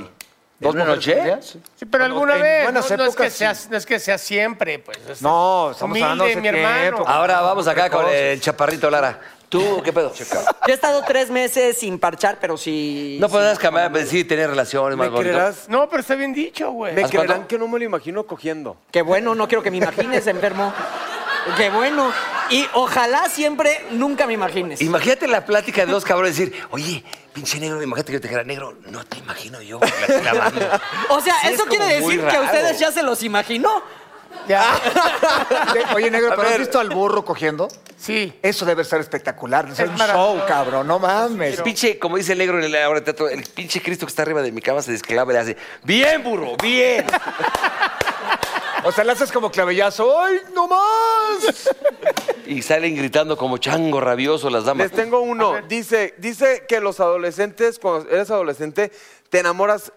Speaker 3: una
Speaker 6: mujeres
Speaker 3: noche?
Speaker 6: en un día, sí.
Speaker 5: Sí, pero
Speaker 6: Bueno,
Speaker 5: alguna
Speaker 6: en
Speaker 5: vez.
Speaker 6: buenas
Speaker 5: no, no es que
Speaker 6: épocas,
Speaker 5: sea,
Speaker 6: sí.
Speaker 5: no es que sea siempre, pues. es-
Speaker 6: No, estamos
Speaker 5: humilde,
Speaker 6: hablando de
Speaker 5: mi hermano.
Speaker 3: Ahora vamos acá con el chaparrito Lara. ¿Tú qué pedo?
Speaker 8: Yo he estado tres meses sin parchar, pero sí.
Speaker 3: No pues.
Speaker 8: sí.
Speaker 3: podrás cambiar, decir, tener relaciones más
Speaker 9: ¿Me
Speaker 3: bonitas.
Speaker 9: creerás?
Speaker 5: No, pero está bien dicho, güey. Ah,
Speaker 9: ¿Me
Speaker 3: ¿Has
Speaker 9: creerán
Speaker 3: cuánto?
Speaker 9: que no me lo imagino cogiendo?
Speaker 8: Qué bueno, no quiero que me imagines, enfermo. Qué bueno. Y ojalá siempre nunca me imagines.
Speaker 3: Imagínate la plática de dos cabrones decir, oye, pinche negro, imagínate que yo te dijera negro, no te imagino yo la- clavando".
Speaker 8: O sea,
Speaker 3: Sí, es
Speaker 8: eso quiere
Speaker 3: como muy
Speaker 8: decir que a
Speaker 3: raro.
Speaker 8: ustedes ya se los imaginó.
Speaker 6: Oye, negro,
Speaker 3: A
Speaker 6: ¿pero has
Speaker 3: ver.
Speaker 6: visto al burro cogiendo?
Speaker 5: Sí.
Speaker 6: Eso debe ser espectacular. Es,
Speaker 5: Es
Speaker 6: un
Speaker 5: maravilloso.
Speaker 6: show, cabrón. No mames.
Speaker 3: El pinche, como dice el negro en el ahora teatro, el pinche Cristo que está arriba de mi cama se desclava y le hace, bien, burro, bien.
Speaker 6: O sea, le haces como clavellazo. ¡Ay, no más!
Speaker 3: Y salen gritando como chango rabioso las damas.
Speaker 9: Les tengo uno. Dice, dice que los adolescentes, cuando eres adolescente, te enamoras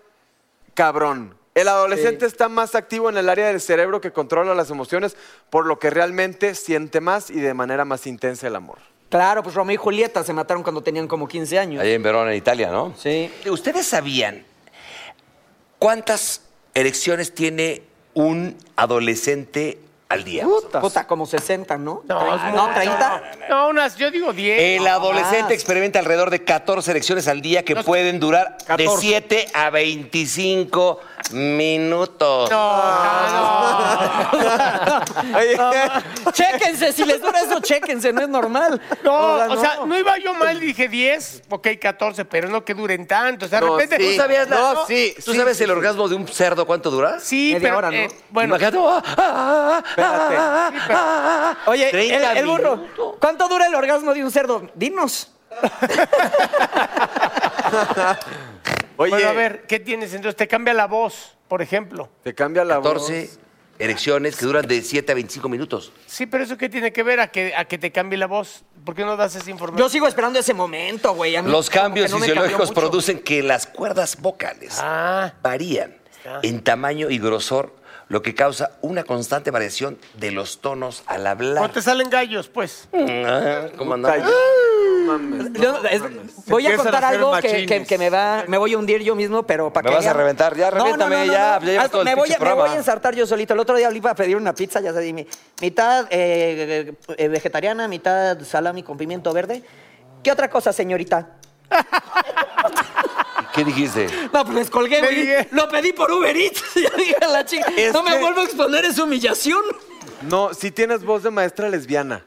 Speaker 9: cabrón. El adolescente está más activo en el área del cerebro que controla las emociones, por lo que realmente siente más y de manera más intensa el amor.
Speaker 8: Claro, pues Romeo y Julieta se mataron cuando tenían como 15 años.
Speaker 3: Allá en Verona, en Italia, ¿no?
Speaker 8: Sí.
Speaker 3: ¿Ustedes sabían cuántas erecciones tiene un adolescente al día?
Speaker 8: Puta, como 60, ¿no?
Speaker 5: No, es muy-
Speaker 8: no, 30.
Speaker 5: No, unas, yo digo 10.
Speaker 3: El adolescente
Speaker 8: más.
Speaker 3: experimenta alrededor de 14 erecciones al día que pueden durar de 7 a 25 minutos.
Speaker 8: chéquense, si les dura eso, chéquense, no es normal.
Speaker 5: No, o sea, no iba yo mal, dije 10, porque hay 14, pero no que duren tanto. O sea, de repente.
Speaker 3: ¿Tú sabías la-
Speaker 9: No, sí,
Speaker 3: ¿Tú
Speaker 9: sí,
Speaker 3: sabes
Speaker 9: sí,
Speaker 3: el orgasmo de un cerdo cuánto dura?
Speaker 5: Sí,
Speaker 8: Media
Speaker 5: pero.
Speaker 8: hora, ¿no?
Speaker 5: eh, bueno,
Speaker 3: Imagínate, ah, ah, ah, ah, ah, ah, ah.
Speaker 8: Oye, el,
Speaker 3: 30
Speaker 8: el burro,
Speaker 3: minutos.
Speaker 8: ¿cuánto dura el orgasmo de un cerdo? Dinos.
Speaker 9: Oye,
Speaker 5: bueno, a ver, ¿qué tienes? Entonces te cambia la voz, por ejemplo.
Speaker 9: te cambia la voz.
Speaker 3: 14 erecciones que duran de 7 a 25 minutos.
Speaker 5: Sí, pero ¿eso qué tiene que ver a que, a que te cambie la voz? ¿Por qué no das esa información?
Speaker 8: Yo sigo esperando ese momento, güey. a mí
Speaker 3: Los
Speaker 8: como que
Speaker 3: cambios
Speaker 8: no me cambió
Speaker 3: fisiológicos
Speaker 8: mucho.
Speaker 3: producen que las cuerdas vocales
Speaker 5: Ah.
Speaker 3: varían en tamaño y grosor, lo que causa una constante variación de los tonos al
Speaker 5: O
Speaker 3: hablar.
Speaker 5: te salen gallos, pues.
Speaker 3: Ah, ¿Cómo andamos?
Speaker 9: Ay, mames.
Speaker 8: Yo- es- voy a
Speaker 6: empiezan
Speaker 8: contar
Speaker 6: a hacer
Speaker 8: algo que,
Speaker 6: machines.
Speaker 8: que- que me va, me voy a hundir yo mismo, pero para
Speaker 3: Me
Speaker 8: que
Speaker 3: vas a
Speaker 8: vean.
Speaker 3: reventar, ya, revéntame, ya, ya llevas
Speaker 8: Hasta
Speaker 3: todo el
Speaker 8: me, voy
Speaker 3: pinche
Speaker 8: a, me voy
Speaker 3: programa.
Speaker 8: a ensartar yo solito. El otro día iba a pedir una pizza, ya sabía, mi- mitad eh, eh, vegetariana, mitad salami con pimiento verde. ¿Qué otra cosa, señorita?
Speaker 3: ¿Qué dijiste?
Speaker 8: No, pues les colgué, güey.
Speaker 5: dije.
Speaker 8: Lo pedí por Uber Eats. Ya dije a la chica.
Speaker 9: Es
Speaker 8: no me
Speaker 9: que-
Speaker 8: vuelvo a exponer esa humillación.
Speaker 9: No, si tienes voz de maestra lesbiana.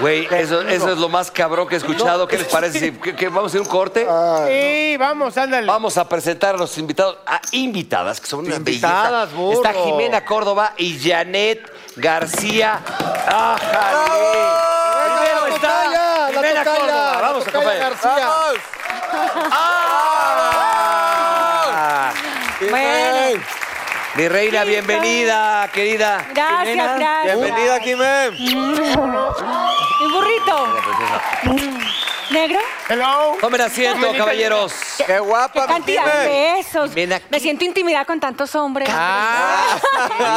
Speaker 3: Güey, eso, eso es lo más cabrón que he escuchado. ¿Qué les parece? si- que, que vamos a hacer un corte.
Speaker 6: Ah.
Speaker 5: sí, vamos, ándale.
Speaker 3: Ah, Vamos a presentar a los invitados, a invitadas, que son unas
Speaker 6: Invitadas,
Speaker 3: bellezas.
Speaker 6: burro.
Speaker 3: Está Jimena Córdoba y Janet García. ¡Ájale! Primero
Speaker 6: ¡La
Speaker 3: está
Speaker 6: tocaya! ¡La
Speaker 3: Jimena
Speaker 6: tocaya!
Speaker 3: Córdoba.
Speaker 6: ¡La
Speaker 3: Vamos,
Speaker 6: tocaya
Speaker 3: acompañar.
Speaker 6: García!
Speaker 10: Bueno,
Speaker 3: Mi reina, bienvenida, querida.
Speaker 10: gracias, gracias.
Speaker 9: Bienvenida, Jimé.
Speaker 10: Mi burrito. ¿Negro?
Speaker 5: Hello.
Speaker 3: Tomen asiento, caballeros.
Speaker 9: Qué
Speaker 10: ¿Qué
Speaker 9: guapa,
Speaker 10: cantidad de
Speaker 9: Jimé.
Speaker 10: besos?
Speaker 3: Ven aquí.
Speaker 10: Me siento intimidada con tantos hombres.
Speaker 3: Ah.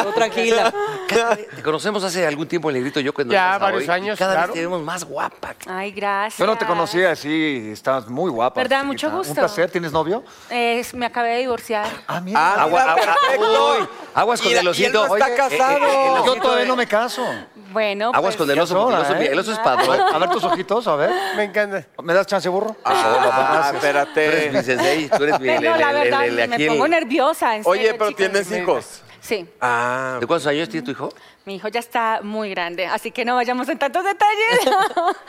Speaker 8: Tú tranquila.
Speaker 3: Te conocemos hace algún tiempo, el negrito yo cuando
Speaker 5: Ya,
Speaker 3: llegas a
Speaker 5: varios
Speaker 3: hoy, y
Speaker 5: años,
Speaker 3: Cada
Speaker 5: claro.
Speaker 3: vez te vemos más guapa.
Speaker 10: Ay, gracias.
Speaker 6: Yo no te conocía así, estabas muy guapa.
Speaker 10: ¿Verdad?
Speaker 6: chiquita.
Speaker 10: Mucho gusto.
Speaker 6: Un placer, ¿tienes novio?
Speaker 10: Eh, me acabé de divorciar.
Speaker 6: Ah, mira.
Speaker 9: Ah,
Speaker 3: Agua-
Speaker 9: mira,
Speaker 3: agua-
Speaker 9: perfecto.
Speaker 3: uy, aguas con
Speaker 9: Y la-
Speaker 3: el
Speaker 9: y él no
Speaker 3: osito.
Speaker 9: está
Speaker 3: Oye,
Speaker 9: casado.
Speaker 3: eh, eh, el
Speaker 6: Yo
Speaker 3: osito
Speaker 6: todavía
Speaker 3: de-
Speaker 6: no me caso.
Speaker 10: Bueno,
Speaker 3: Aguas
Speaker 10: pues,
Speaker 3: con el oso, porque el
Speaker 6: sola,
Speaker 3: oso,
Speaker 6: ¿eh?
Speaker 3: el oso es
Speaker 6: A ver,
Speaker 3: padrón.
Speaker 6: a ver tus ojitos, a ver.
Speaker 5: Me encanta.
Speaker 6: ¿Me das chance, burro?
Speaker 9: Ah,
Speaker 3: Tú eres mi
Speaker 9: espérate.
Speaker 3: sensei, tú eres mi... el-
Speaker 10: pero
Speaker 3: el-
Speaker 10: la
Speaker 3: el-
Speaker 10: verdad,
Speaker 3: el-
Speaker 10: me
Speaker 3: aquí el-
Speaker 10: pongo nerviosa. en
Speaker 9: Oye,
Speaker 10: serio,
Speaker 9: pero
Speaker 10: chicos.
Speaker 9: tienes hijos.
Speaker 10: Sí,
Speaker 9: Ah,
Speaker 3: ¿De cuántos años tiene tu hijo?
Speaker 10: mi hijo ya está muy grande, así que no vayamos en tantos detalles.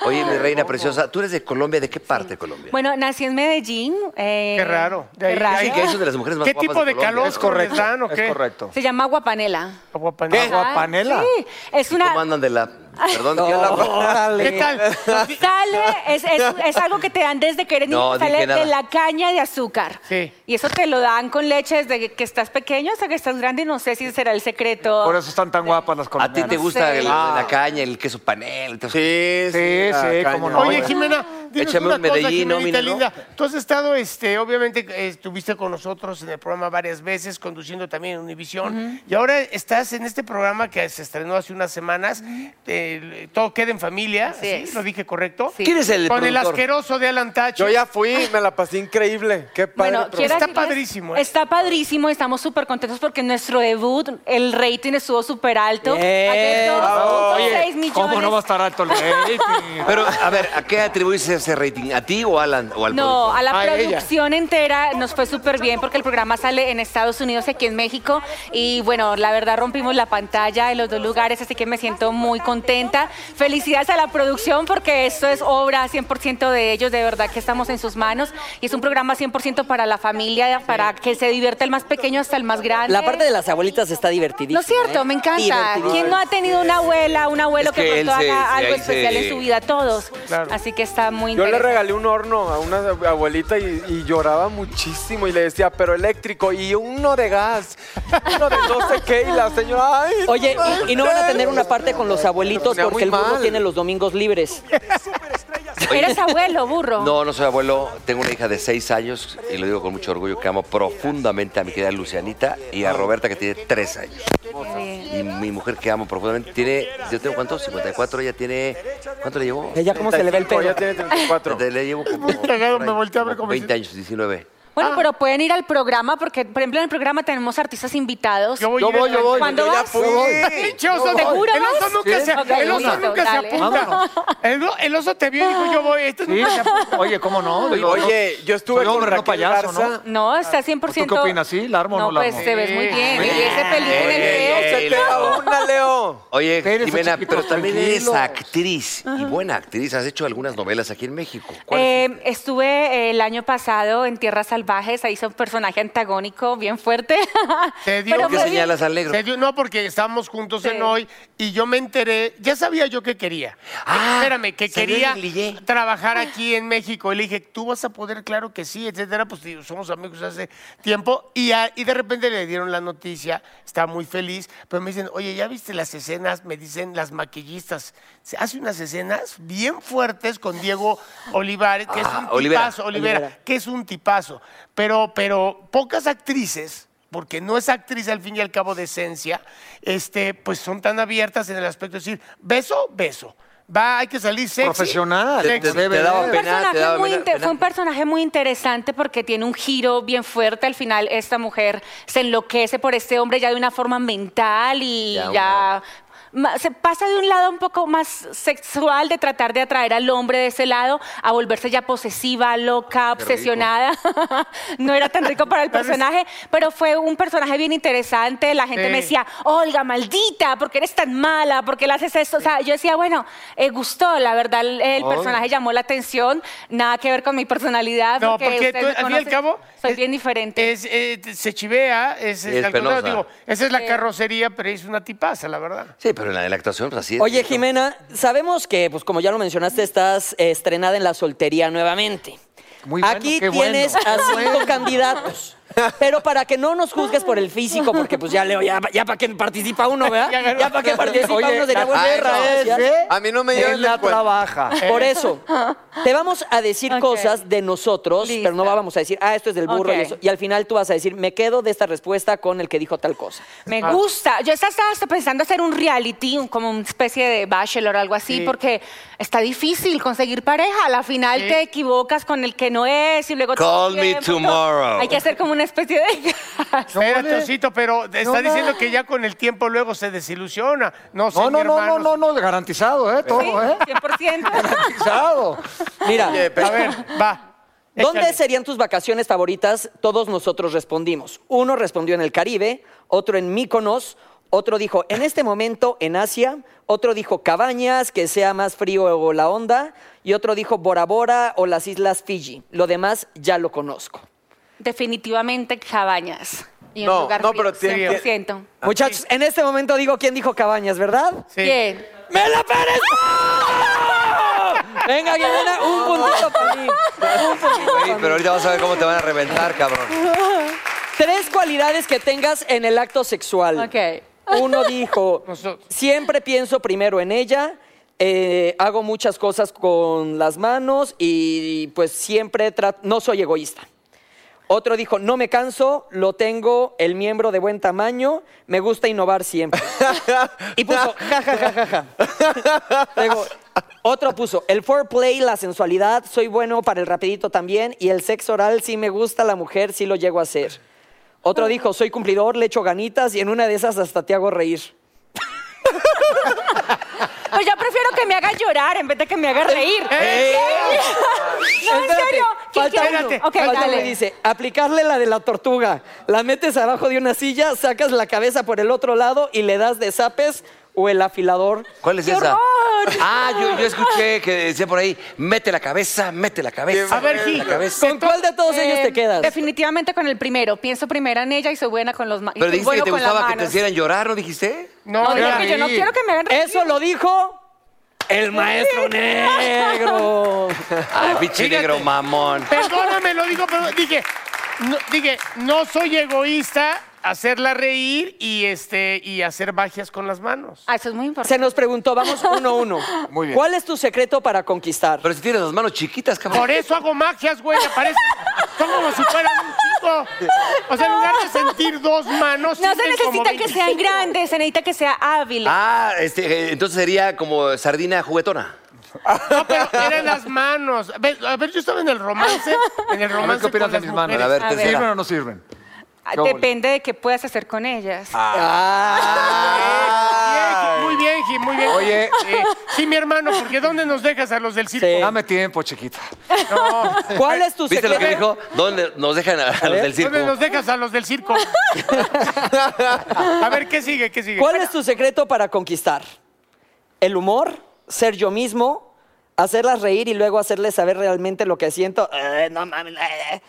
Speaker 3: Oye, mi reina preciosa, tú eres de Colombia, ¿de qué parte de Colombia?
Speaker 10: bueno, nací en Medellín. eh,
Speaker 5: Qué raro. De ahí-
Speaker 10: qué
Speaker 5: de
Speaker 10: raro.
Speaker 5: ahí-
Speaker 3: que eso es de las mujeres más
Speaker 5: ¿Qué
Speaker 3: guapas
Speaker 5: tipo
Speaker 3: de
Speaker 5: de
Speaker 3: Colombia.
Speaker 5: calor
Speaker 3: Es
Speaker 5: les dan o qué?
Speaker 6: Es correcto.
Speaker 10: Se llama aguapanela.
Speaker 5: Aguapanela.
Speaker 6: ¿Qué?
Speaker 10: Ajá,
Speaker 6: ¿Guapanela?
Speaker 10: Sí, es una...
Speaker 3: ¿Cómo andan de la...? Perdón, ¿qué habla?
Speaker 5: ¿Qué tal?
Speaker 10: Sale, es, es- es algo que te dan desde que eres
Speaker 3: No,
Speaker 10: niño, sale
Speaker 3: dije nada.
Speaker 10: de la caña de azúcar.
Speaker 5: Sí.
Speaker 10: Y eso te lo dan con leche desde que- que estás pequeño hasta que estás grande, no sé si será el secreto.
Speaker 6: Por eso están tan guapas las
Speaker 3: ¿A ti
Speaker 6: colombianas.
Speaker 3: te gusta
Speaker 10: sé.
Speaker 3: el- la caña, el queso panel? y todo eso?
Speaker 9: sí,
Speaker 6: Sí, sí,
Speaker 9: la
Speaker 6: cómo
Speaker 9: Ah, caña.
Speaker 6: no.
Speaker 5: Oye,
Speaker 6: güey.
Speaker 5: Jimena, dinos
Speaker 3: Échame
Speaker 5: una
Speaker 3: un Medellín,
Speaker 5: cosa,
Speaker 3: ¿no,
Speaker 5: Jimenita
Speaker 3: Mine, no?
Speaker 5: linda. Tú has estado, este, obviamente, eh, estuviste con nosotros en el programa varias veces, conduciendo también en Univisión.
Speaker 11: Ujú.
Speaker 5: Y ahora estás en este programa que se estrenó hace unas semanas. eh, Todo queda en familia. ¿sí? ¿Lo dije correcto?
Speaker 9: ¿Quién es el
Speaker 5: Con el
Speaker 9: productor?
Speaker 5: asqueroso de Alan Tacho.
Speaker 9: Yo ya fui, me la pasé increíble. Qué padre.
Speaker 10: Bueno,
Speaker 9: programa.
Speaker 10: quiero decirles- Está padrísimo, estamos súper contentos porque nuestro debut, el rating estuvo súper alto.
Speaker 2: Bien.
Speaker 10: Aceptó
Speaker 2: Oye,
Speaker 10: 2.6 millones.
Speaker 3: ¿cómo no va a
Speaker 10: estar alto el rating?
Speaker 3: Pero, a ver, ¿a qué atribuís ese rating? ¿A ti o a Alan? O al
Speaker 10: No,
Speaker 3: productor?
Speaker 10: a
Speaker 8: Ah,
Speaker 10: la producción entera nos fue súper bien porque el programa sale en Estados Unidos y aquí en México. Y bueno, la verdad rompimos la pantalla en los dos lugares, así que me siento muy contenta. Felicidades a la producción porque esto es obra 100% de ellos, de verdad que estamos en sus manos. Y es un programa 100% para la familia, para que se divierta el más pequeño hasta el más grande.
Speaker 8: La parte de las abuelitas está divertidísima.
Speaker 10: No es cierto,
Speaker 8: ¿eh?
Speaker 10: me encanta.
Speaker 8: Divertidísima.
Speaker 10: ¿Quién no ha tenido una abuela, un abuelo
Speaker 8: Es
Speaker 10: que,
Speaker 8: que
Speaker 10: pronto
Speaker 8: él se-
Speaker 10: haga
Speaker 8: se-
Speaker 10: algo
Speaker 8: ahí se-
Speaker 10: especial en su vida? Todos. Así que está muy
Speaker 9: Yo le
Speaker 10: interesante.
Speaker 9: regalé un horno a una abuelita y, y lloraba muchísimo y le decía, pero eléctrico y uno de gas, uno de no sé qué y la señora, ay.
Speaker 8: Oye, y, y no van a tener una parte con los
Speaker 9: Me
Speaker 8: abuelitos
Speaker 9: ponía muy
Speaker 8: porque el burro
Speaker 9: mal.
Speaker 8: tiene los domingos libres.
Speaker 3: Oye,
Speaker 10: Eres abuelo, burro.
Speaker 3: No, no soy abuelo. Tengo una hija de seis años y lo digo con mucho orgullo que amo profundamente a mi querida Lucianita y a Roberta que tiene tres años. Y mi mujer que amo profundamente tiene, yo tengo cuántos, 54, ella tiene, ¿cuánto le llevo?
Speaker 8: Ella cómo se le ve el
Speaker 3: 35,
Speaker 8: pelo.
Speaker 3: Ella tiene 34. Le, le llevo como
Speaker 5: Cagado, me volteé a ver como...
Speaker 3: 20 años, 19.
Speaker 6: Ah.
Speaker 10: Bueno, pero pueden ir al programa porque, por ejemplo, en el programa tenemos artistas invitados.
Speaker 3: Yo voy, Yo yo voy, voy. yo voy.
Speaker 10: ¿Cuándo
Speaker 3: Yo ya
Speaker 10: vas?
Speaker 3: fui. Yo voy.
Speaker 5: Pinche oso,
Speaker 10: ¿Seguro
Speaker 5: el oso
Speaker 10: vas?
Speaker 5: nunca se,
Speaker 10: Ok,
Speaker 5: el oso
Speaker 10: listo,
Speaker 5: nunca se
Speaker 10: dale.
Speaker 5: apunta. El, o- el oso te vio y dijo, yo voy, este nunca se apunta.
Speaker 6: Oye, ¿cómo no? Digo,
Speaker 9: Oye, yo estuve
Speaker 6: soy
Speaker 9: con
Speaker 6: hombre, no
Speaker 9: Raquel
Speaker 6: payaso,
Speaker 9: Garza.
Speaker 10: No, está 100%.
Speaker 6: ¿Tú qué opinas? ¿Sí? ¿La armo o no
Speaker 10: No,
Speaker 6: la armo?
Speaker 10: pues te ves muy bien. Y ese pelín en el
Speaker 3: Ey,
Speaker 10: pelo.
Speaker 3: ey, ey,
Speaker 9: Una, Leo.
Speaker 3: Oye,
Speaker 9: Espérense,
Speaker 3: Jimena,
Speaker 9: chiquitos,
Speaker 3: pero también eres
Speaker 9: tranquilos.
Speaker 3: actriz y buena actriz. Has hecho algunas novelas aquí en México. ¿Cuál es?
Speaker 10: Eh, estuve eh, el año pasado en Tierras Salvajes, ahí hice un personaje antagónico bien fuerte.
Speaker 5: Te dio-
Speaker 10: Pero fue bien.
Speaker 5: Te dio- no, porque estábamos juntos en hoy y yo me enteré, ya sabía yo que quería. Espérame, que
Speaker 3: salió
Speaker 5: quería
Speaker 3: en el Lille.
Speaker 5: trabajar aquí en México. Y le dije, tú vas a poder, claro que sí, etcétera. Pues digo, somos amigos hace tiempo. Y, a- y de repente le dieron la noticia, estaba muy feliz. Pero me dicen, oye, ¿ya viste las escenas? Me dicen las maquillistas. Se hace unas escenas bien fuertes con Diego Olivares, que
Speaker 3: Ah,
Speaker 5: es un
Speaker 3: Olivera.
Speaker 5: tipazo, Olivera,
Speaker 3: Olivera.
Speaker 5: que es un tipazo. Pero, pero pocas actrices, porque no es actriz al fin y al cabo de esencia, este, pues son tan abiertas en el aspecto de decir, beso, beso. Va, hay que salir sexy.
Speaker 6: Profesional,
Speaker 5: Sexy.
Speaker 6: te- te- te daba
Speaker 10: Un personaje muy inte- Fue un personaje muy interesante porque tiene un giro bien fuerte. Al final, esta mujer se enloquece por este hombre ya de una forma mental y
Speaker 3: Ya,
Speaker 10: ya.
Speaker 3: una-
Speaker 10: ma- Se pasa de un lado un poco más sexual de tratar de atraer al hombre de ese lado a volverse ya posesiva, loca,
Speaker 3: Qué rico.
Speaker 10: obsesionada. no era tan rico para el personaje, pero fue un personaje bien interesante. La gente
Speaker 3: Sí.
Speaker 10: me decía, Olga, maldita, ¿por qué eres tan mala? ¿Por qué le haces esto? O sea, yo decía, bueno, eh, gustó, la verdad, el, el
Speaker 5: Ay.
Speaker 10: personaje llamó la atención, nada que ver con mi personalidad.
Speaker 5: No, porque
Speaker 10: ustedes
Speaker 5: tú,
Speaker 10: me
Speaker 5: al fin y al
Speaker 10: conocen,
Speaker 5: cabo,
Speaker 10: Soy bien diferente.
Speaker 5: Es, eh, se chivea, es,
Speaker 3: Es
Speaker 5: al contrario,
Speaker 3: penosa.
Speaker 5: digo, esa es la
Speaker 10: Eh.
Speaker 5: carrocería, pero es una tipaza, la verdad.
Speaker 3: Sí, pero en la, en la actuación, pues así es.
Speaker 8: Oye, Jimena, sabemos que, pues como ya lo mencionaste, estás eh, estrenada en la soltería nuevamente.
Speaker 6: Muy
Speaker 3: bueno,
Speaker 8: Aquí
Speaker 3: qué bueno.
Speaker 8: tienes a cinco candidatos. Pero para que no nos juzgues por el físico, porque pues ya Leo, ya, ya para qué participa uno, ¿verdad?
Speaker 6: Ya
Speaker 8: Ya,
Speaker 6: ganó.
Speaker 8: para qué participa
Speaker 6: Oye,
Speaker 8: uno sería
Speaker 6: la
Speaker 8: buena
Speaker 6: Ay, no,
Speaker 8: idea,
Speaker 6: ¿sí?
Speaker 8: ¿eh?
Speaker 6: A mí no me lleven Él la la cuenta. trabaja.
Speaker 8: Por eso, te vamos a decir cosas de nosotros, pero no vamos a decir, ah, esto es del burro y
Speaker 10: Ok.
Speaker 8: eso. Y al final tú vas a decir, me quedo de esta respuesta con el que dijo tal cosa.
Speaker 10: Me
Speaker 8: Ah.
Speaker 10: gusta. Yo estaba hasta pensando hacer un reality, un- como una especie de bachelor o algo así,
Speaker 8: Sí.
Speaker 10: porque está difícil conseguir pareja. A la final
Speaker 3: Sí.
Speaker 10: te equivocas con el que no es y luego...
Speaker 3: Call
Speaker 10: todo el
Speaker 3: me
Speaker 10: tiempo, todo.
Speaker 3: tomorrow.
Speaker 10: Hay que hacer como una especie de...
Speaker 5: Espérate, Osito, pero está
Speaker 10: No,
Speaker 5: diciendo
Speaker 10: no.
Speaker 5: que ya con el tiempo luego se desilusiona. No, sé,
Speaker 6: No,
Speaker 5: mi
Speaker 6: no, no, no,
Speaker 5: hermano,
Speaker 6: no, no, garantizado, ¿eh? Todo, ¿eh?
Speaker 10: 100%.
Speaker 6: Garantizado.
Speaker 8: Mira,
Speaker 5: a ver, va.
Speaker 8: ¿Dónde
Speaker 5: Échale.
Speaker 8: serían tus vacaciones favoritas? Todos nosotros respondimos. Uno respondió en el Caribe, otro en Míconos, otro dijo en este momento en Asia, otro dijo Cabañas, que sea más frío o la onda, y otro dijo Bora Bora o las Islas Fiji. Lo demás ya lo conozco.
Speaker 10: Definitivamente Cabañas. Y un
Speaker 8: No,
Speaker 10: lugar
Speaker 8: no,
Speaker 10: frío,
Speaker 8: pero tiene que-
Speaker 10: 100%.
Speaker 8: Muchachos, en este momento digo quién dijo Cabañas, ¿verdad?
Speaker 10: Bien.
Speaker 8: ¡Me la Pérez! Venga, Guillermo, un puntito para mí. Un puntito para
Speaker 3: Oye,
Speaker 8: mí.
Speaker 3: pero ahorita vas a ver cómo te van a reventar, cabrón.
Speaker 8: Tres cualidades que tengas en el acto sexual. Uno dijo, siempre pienso primero en ella. eh, hago muchas cosas con las manos y pues siempre trato, no soy egoísta. Otro dijo, no me canso, lo tengo, el miembro de buen tamaño, me gusta innovar siempre. y puso, ja, ja, ja, ja, ja. Luego, otro puso, el foreplay, la sensualidad, soy bueno para el rapidito también, y el sexo oral, sí me gusta la mujer, sí lo llego a hacer. Otro
Speaker 10: Oh.
Speaker 8: dijo, soy cumplidor, le echo ganitas, y en una de esas hasta te hago reír.
Speaker 10: Pues yo prefiero que me haga llorar en vez de que me haga reír.
Speaker 8: ¡Eh!
Speaker 10: No, en
Speaker 8: Espérate,
Speaker 10: serio. ¿Qué
Speaker 8: Falta
Speaker 10: quieres?
Speaker 8: uno.
Speaker 10: Ok,
Speaker 8: Falta
Speaker 10: dale.
Speaker 8: uno y dice, aplicarle la de la tortuga. La metes abajo de una silla, sacas la cabeza por el otro lado y le das de zapes o el afilador.
Speaker 3: ¿Cuál es
Speaker 8: ¡Qué
Speaker 3: esa?
Speaker 8: horror!
Speaker 3: Ah, yo, yo escuché que decía por ahí, mete la cabeza, mete la cabeza.
Speaker 5: A ver,
Speaker 3: mete
Speaker 5: Gil,
Speaker 3: la cabeza.
Speaker 8: ¿Con cuál de todos ellos
Speaker 10: Eh,
Speaker 8: te quedas?
Speaker 10: Definitivamente con el primero. Pienso primero en ella y soy buena con los manos.
Speaker 3: Pero dijiste que te gustaba que te hicieran llorar, ¿no dijiste?
Speaker 10: No,
Speaker 5: No,
Speaker 10: dije que yo no
Speaker 5: reír.
Speaker 10: quiero que me hagan reír.
Speaker 8: Eso lo dijo el maestro negro.
Speaker 3: Ay, pinche
Speaker 5: Fíjate.
Speaker 3: negro mamón.
Speaker 5: Perdóname, lo digo, pero dije, no, dije, no soy egoísta, hacerla reír y este y hacer magias con las manos.
Speaker 10: Ah, eso es muy importante.
Speaker 8: Se nos preguntó, vamos uno a uno.
Speaker 7: Muy bien.
Speaker 8: ¿Cuál es tu secreto para conquistar?
Speaker 3: Pero si tienes las manos chiquitas, cabrón.
Speaker 5: Por eso hago magias, güey, me parece. Son como si fueran un chico. O sea, en lugar de sentir dos manos,
Speaker 10: No se
Speaker 5: sienten como
Speaker 10: necesita que
Speaker 5: 25.
Speaker 10: sean grandes, se necesita que sea hábil.
Speaker 3: Ah, este, eh, entonces sería como sardina juguetona.
Speaker 5: No, pero eran las manos. A ver, a ver, yo estaba en el romance. En el
Speaker 6: A ver,
Speaker 5: romance
Speaker 6: ¿Qué opinas
Speaker 5: con
Speaker 6: de
Speaker 5: las
Speaker 6: mis manos?
Speaker 5: mujeres.
Speaker 3: A ver,
Speaker 10: A ver.
Speaker 6: ¿Sirven
Speaker 3: tercera.
Speaker 6: o no sirven? ¿cómo?
Speaker 10: Ah, Depende de qué puedas hacer con ellas.
Speaker 3: Ah.
Speaker 8: Ah,
Speaker 5: Bien, muy bien, Jim, muy bien.
Speaker 6: Oye.
Speaker 5: Sí, sí, mi hermano, porque ¿dónde nos dejas a los del circo?
Speaker 8: Sí.
Speaker 6: Dame tiempo, chiquita.
Speaker 8: ¿Cuál es tu
Speaker 3: ¿Viste lo
Speaker 8: secreto?
Speaker 3: que dijo? ¿Dónde nos dejan a, a los del circo?
Speaker 5: ¿Dónde nos dejas a los del circo? a ver, ¿qué sigue? ¿Qué sigue?
Speaker 8: ¿Cuál es tu secreto para conquistar? ¿El humor? ¿Ser yo mismo? ¿Hacerlas reír y luego hacerles saber realmente lo que siento? Eh, no mames. eh.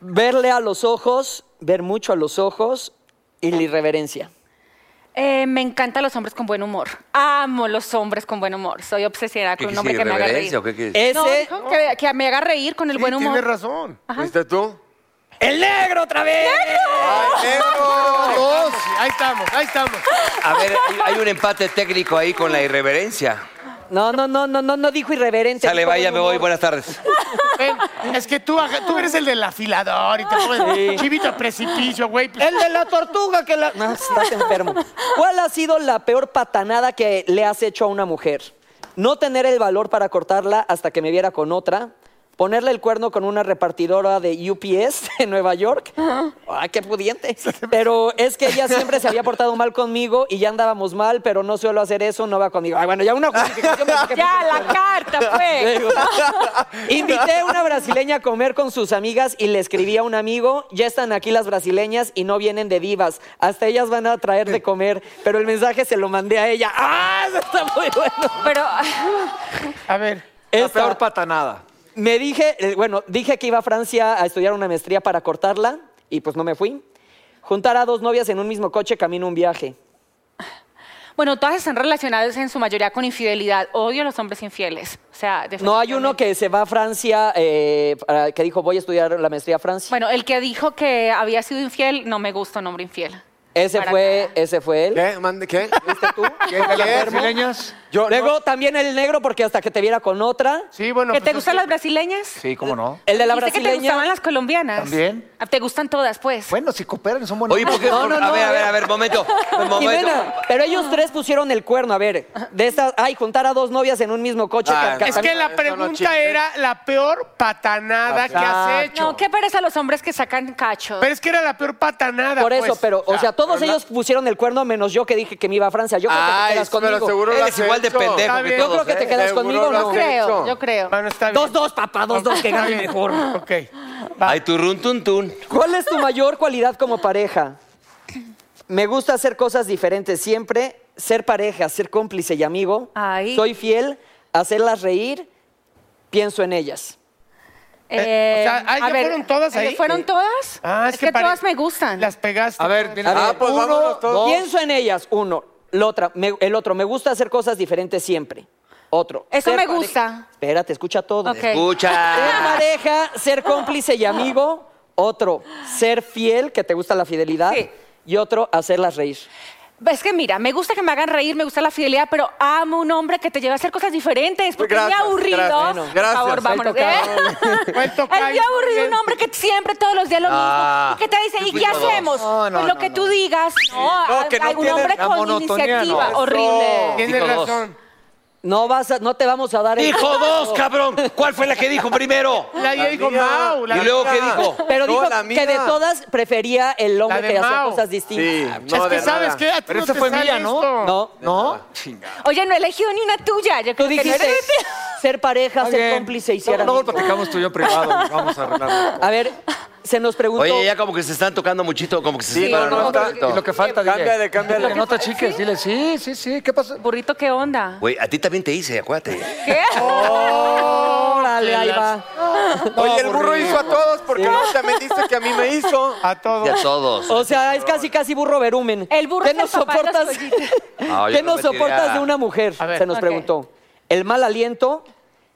Speaker 8: Verle a los ojos, ver mucho a los ojos y la irreverencia.
Speaker 10: Eh, me encantan los hombres con buen humor. Amo los hombres con buen humor. Soy obsesionada
Speaker 3: ¿Qué
Speaker 10: con un
Speaker 3: quisiste,
Speaker 10: hombre que me haga reír.
Speaker 3: irreverencia o qué quisiste?
Speaker 8: Ese,
Speaker 10: No, dijo que, que me haga reír con el
Speaker 5: Sí,
Speaker 10: buen humor.
Speaker 5: Tienes razón.
Speaker 7: ¿Viste tú?
Speaker 8: ¡El negro otra vez!
Speaker 7: ¡Negro!
Speaker 5: Sí, ahí estamos, ahí estamos.
Speaker 3: A ver, hay, hay un empate técnico ahí con la irreverencia.
Speaker 8: No, no, no, no, no, no dijo irreverente.
Speaker 3: Sale,
Speaker 8: dijo
Speaker 3: vaya,
Speaker 8: buen
Speaker 3: me voy,
Speaker 8: humor.
Speaker 3: buenas tardes.
Speaker 5: Ven, es que tú, haga- tú eres el del afilador y te pones chivito a precipicio, güey. pues,
Speaker 8: El de la tortuga que la... No, estás enfermo. ¿Cuál ha sido la peor patanada que le has hecho a una mujer? No tener el valor para cortarla hasta que me viera con otra. Ponerle el cuerno con una repartidora de UPS en Nueva York. ¡Ay, qué pudiente! Pero es que ella siempre se había portado mal conmigo y ya andábamos mal, pero no suelo hacer eso, no va conmigo. Ay, bueno, ya una justificación. para que me
Speaker 10: Ya,
Speaker 8: quiten el
Speaker 10: la
Speaker 8: cuerno.
Speaker 10: carta, pues.
Speaker 8: Luego, Invité a una brasileña a comer con sus amigas y le escribí a un amigo, ya están aquí las brasileñas y no vienen de divas, hasta ellas van a traer de comer, pero el mensaje se lo mandé a ella. ¡Ah, eso está muy bueno!
Speaker 10: Pero
Speaker 5: a ver.
Speaker 6: La
Speaker 8: Esta,
Speaker 6: peor patanada.
Speaker 8: me dije, eh, bueno, dije que iba a Francia a estudiar una maestría para cortarla y pues no me fui. Juntar a dos novias en un mismo coche camino un viaje.
Speaker 10: bueno, todas están relacionadas en su mayoría con infidelidad. Odio a los hombres infieles. O sea,
Speaker 8: No hay uno que se va a Francia, eh, para- que dijo voy a estudiar la maestría a Francia.
Speaker 10: Bueno, el que dijo que había sido infiel, no me gusta un hombre infiel.
Speaker 8: ese
Speaker 10: para
Speaker 8: fue, ese fue él.
Speaker 7: ¿Qué? ¿Mande qué?
Speaker 8: ¿Fuiste tú?
Speaker 7: ¿Quién te la
Speaker 8: ¿Enfermo?
Speaker 6: ¿Brasileñas?
Speaker 7: Yo
Speaker 8: Luego
Speaker 7: no.
Speaker 8: también el negro, porque hasta que te viera con otra.
Speaker 5: Sí, bueno.
Speaker 10: ¿Que te
Speaker 5: pues,
Speaker 10: gustan
Speaker 5: es
Speaker 10: las brasileñas?
Speaker 6: Sí, cómo no.
Speaker 8: El de la
Speaker 10: Dijiste que te gustaban
Speaker 8: brasileña.
Speaker 10: las colombianas.
Speaker 6: También.
Speaker 10: Ah, Te gustan todas, pues.
Speaker 6: Bueno, si cooperan, son buenos.
Speaker 3: Oye, ¿por qué?
Speaker 8: No,
Speaker 3: por-
Speaker 8: no,
Speaker 3: a
Speaker 8: no,
Speaker 3: ver,
Speaker 8: a
Speaker 3: a ver,
Speaker 8: ver.
Speaker 3: a ver, momento. un momento.
Speaker 8: Jimena, pero ellos tres pusieron el cuerno, a ver, de estas, ay, juntar a dos novias en un mismo coche.
Speaker 7: Ah,
Speaker 8: ca- ca-
Speaker 5: Es que
Speaker 7: Eso
Speaker 5: la
Speaker 7: no
Speaker 5: pregunta
Speaker 7: chiste.
Speaker 5: era la peor patanada que has hecho.
Speaker 10: no, qué pereza los hombres que sacan cachos.
Speaker 5: Pero es que era la peor patanada.
Speaker 8: Por eso,
Speaker 5: pues.
Speaker 8: pero, o sea, todos
Speaker 7: pero la-
Speaker 8: ellos pusieron el cuerno, menos yo que dije que me iba a Francia. Yo creo que te
Speaker 7: Ay,
Speaker 8: quedas
Speaker 7: pero
Speaker 8: conmigo.
Speaker 7: seguro lo
Speaker 3: Eres
Speaker 7: has
Speaker 3: igual de
Speaker 7: hecho.
Speaker 3: pendejo
Speaker 5: Está
Speaker 3: que
Speaker 5: bien.
Speaker 8: Yo
Speaker 3: todos.
Speaker 8: creo que te
Speaker 3: ¿eh?
Speaker 8: quedas
Speaker 7: Seguro
Speaker 8: conmigo,
Speaker 7: lo
Speaker 8: ¿no?
Speaker 10: yo creo,
Speaker 7: hecho.
Speaker 10: yo creo.
Speaker 5: Ah, Bueno, está bien.
Speaker 8: Dos, dos, papá, dos, dos, que
Speaker 5: Está
Speaker 8: gane
Speaker 5: bien.
Speaker 8: mejor.
Speaker 5: Ok. Va.
Speaker 3: Ay, turrun, tun, tun.
Speaker 8: ¿Cuál es tu mayor cualidad como pareja? Me gusta hacer cosas diferentes siempre, ser pareja, ser cómplice y amigo.
Speaker 10: Ay.
Speaker 8: Soy fiel, hacerlas reír, pienso en ellas.
Speaker 10: Eh,
Speaker 5: o sea, ah, ¿ya fueron todas ahí?
Speaker 10: ¿Fueron todas?
Speaker 5: Ah,
Speaker 10: es que,
Speaker 5: pare-
Speaker 10: todas me gustan.
Speaker 5: Las pegaste.
Speaker 6: A ver, viene-
Speaker 8: A
Speaker 7: Ah,
Speaker 8: ver,
Speaker 7: pues
Speaker 8: uno,
Speaker 7: vámonos todos.
Speaker 8: pienso en ellas, uno. La otra, me- el otro, me gusta hacer cosas diferentes siempre. Otro.
Speaker 10: Eso
Speaker 8: ser
Speaker 10: me
Speaker 8: pare-
Speaker 10: gusta.
Speaker 8: Espérate, escucha todo.
Speaker 10: Ok.
Speaker 8: Ser
Speaker 3: Escucha.
Speaker 8: pareja, ser cómplice y amigo. Otro, ser fiel, que te gusta la fidelidad.
Speaker 10: Sí.
Speaker 8: Y otro, hacerlas reír.
Speaker 10: Es que mira, me gusta que me hagan reír, me gusta la fidelidad, pero amo un hombre que te lleve a hacer cosas diferentes. Porque
Speaker 7: Gracias,
Speaker 10: es muy aburrido.
Speaker 7: gracias. Bueno, gracias.
Speaker 10: Por favor,
Speaker 7: Fue
Speaker 10: vámonos.
Speaker 7: tocado.
Speaker 10: Es muy aburrido un hombre que siempre, todos los días lo mismo.
Speaker 7: Ah.
Speaker 10: y que te dice, ¿y
Speaker 7: Yo
Speaker 10: qué
Speaker 7: fui todos.
Speaker 10: hacemos?
Speaker 7: No, no,
Speaker 10: pues lo
Speaker 7: no,
Speaker 10: que tú digas. No,
Speaker 8: No, que no
Speaker 10: hay un
Speaker 8: tiene
Speaker 10: hombre
Speaker 8: la
Speaker 10: con
Speaker 8: monotonía,
Speaker 10: iniciativa.
Speaker 8: no.
Speaker 10: Horrible.
Speaker 8: Eso. Tienes Dijo dos. razón. No vas a- no te vamos a dar el
Speaker 3: Dijo
Speaker 8: gusto.
Speaker 3: dos, cabrón. ¿Cuál fue la que dijo primero?
Speaker 8: La
Speaker 5: que dijo Mau, la
Speaker 3: ¿Y luego
Speaker 5: mía.
Speaker 3: qué dijo?
Speaker 8: Pero
Speaker 3: No,
Speaker 8: dijo
Speaker 3: la mía.
Speaker 8: que de todas prefería el hombre
Speaker 3: La de
Speaker 8: que hacía
Speaker 3: Mao.
Speaker 8: cosas distintas.
Speaker 3: Sí, no, Es que de ¿sabes nada. qué?
Speaker 5: Ah,
Speaker 3: A ti
Speaker 8: Pero
Speaker 3: no
Speaker 8: esa
Speaker 3: te
Speaker 8: fue
Speaker 3: sale
Speaker 8: mía, ¿no?
Speaker 3: esto.
Speaker 8: No, no.
Speaker 10: Oye, no he elegido ni una tuya. Yo
Speaker 8: Tú
Speaker 10: creo que no
Speaker 8: dijiste
Speaker 10: eres-
Speaker 8: ser pareja,
Speaker 10: Está
Speaker 8: ser
Speaker 10: bien.
Speaker 8: cómplice y ser
Speaker 3: Luego-
Speaker 8: amigo.
Speaker 3: luego platicamos tú y yo en privado, vamos a arreglarlo.
Speaker 8: A ver, se nos preguntó...
Speaker 3: Oye, ya como que se están tocando muchito, como que se
Speaker 8: Sí,
Speaker 3: separan
Speaker 8: no,
Speaker 3: un
Speaker 8: no,
Speaker 3: poquito.
Speaker 8: y lo que falta,
Speaker 3: dile.
Speaker 8: Cámbiale, cámbiale.
Speaker 3: Lo que
Speaker 8: No
Speaker 3: falta,
Speaker 8: te chiques, dile, sí, sí, sí, ¿qué pasa?
Speaker 10: Burrito, ¿qué onda?
Speaker 3: Güey, a ti también te hice, acuérdate.
Speaker 10: ¿Qué?
Speaker 7: oh,
Speaker 8: Órale, ahí va.
Speaker 7: Oye, el burro hizo a todos porque no también dice que a mí me hizo.
Speaker 5: A todos.
Speaker 3: a todos.
Speaker 8: O sea, es casi casi burro verumen. El burro ¿Qué nos soportas?
Speaker 3: No, yo
Speaker 8: ¿Qué
Speaker 3: no
Speaker 8: nos
Speaker 3: me tiré
Speaker 8: soportas
Speaker 3: a-
Speaker 8: de una mujer?
Speaker 3: A ver.
Speaker 8: Se nos
Speaker 3: Ok.
Speaker 8: preguntó. El mal aliento,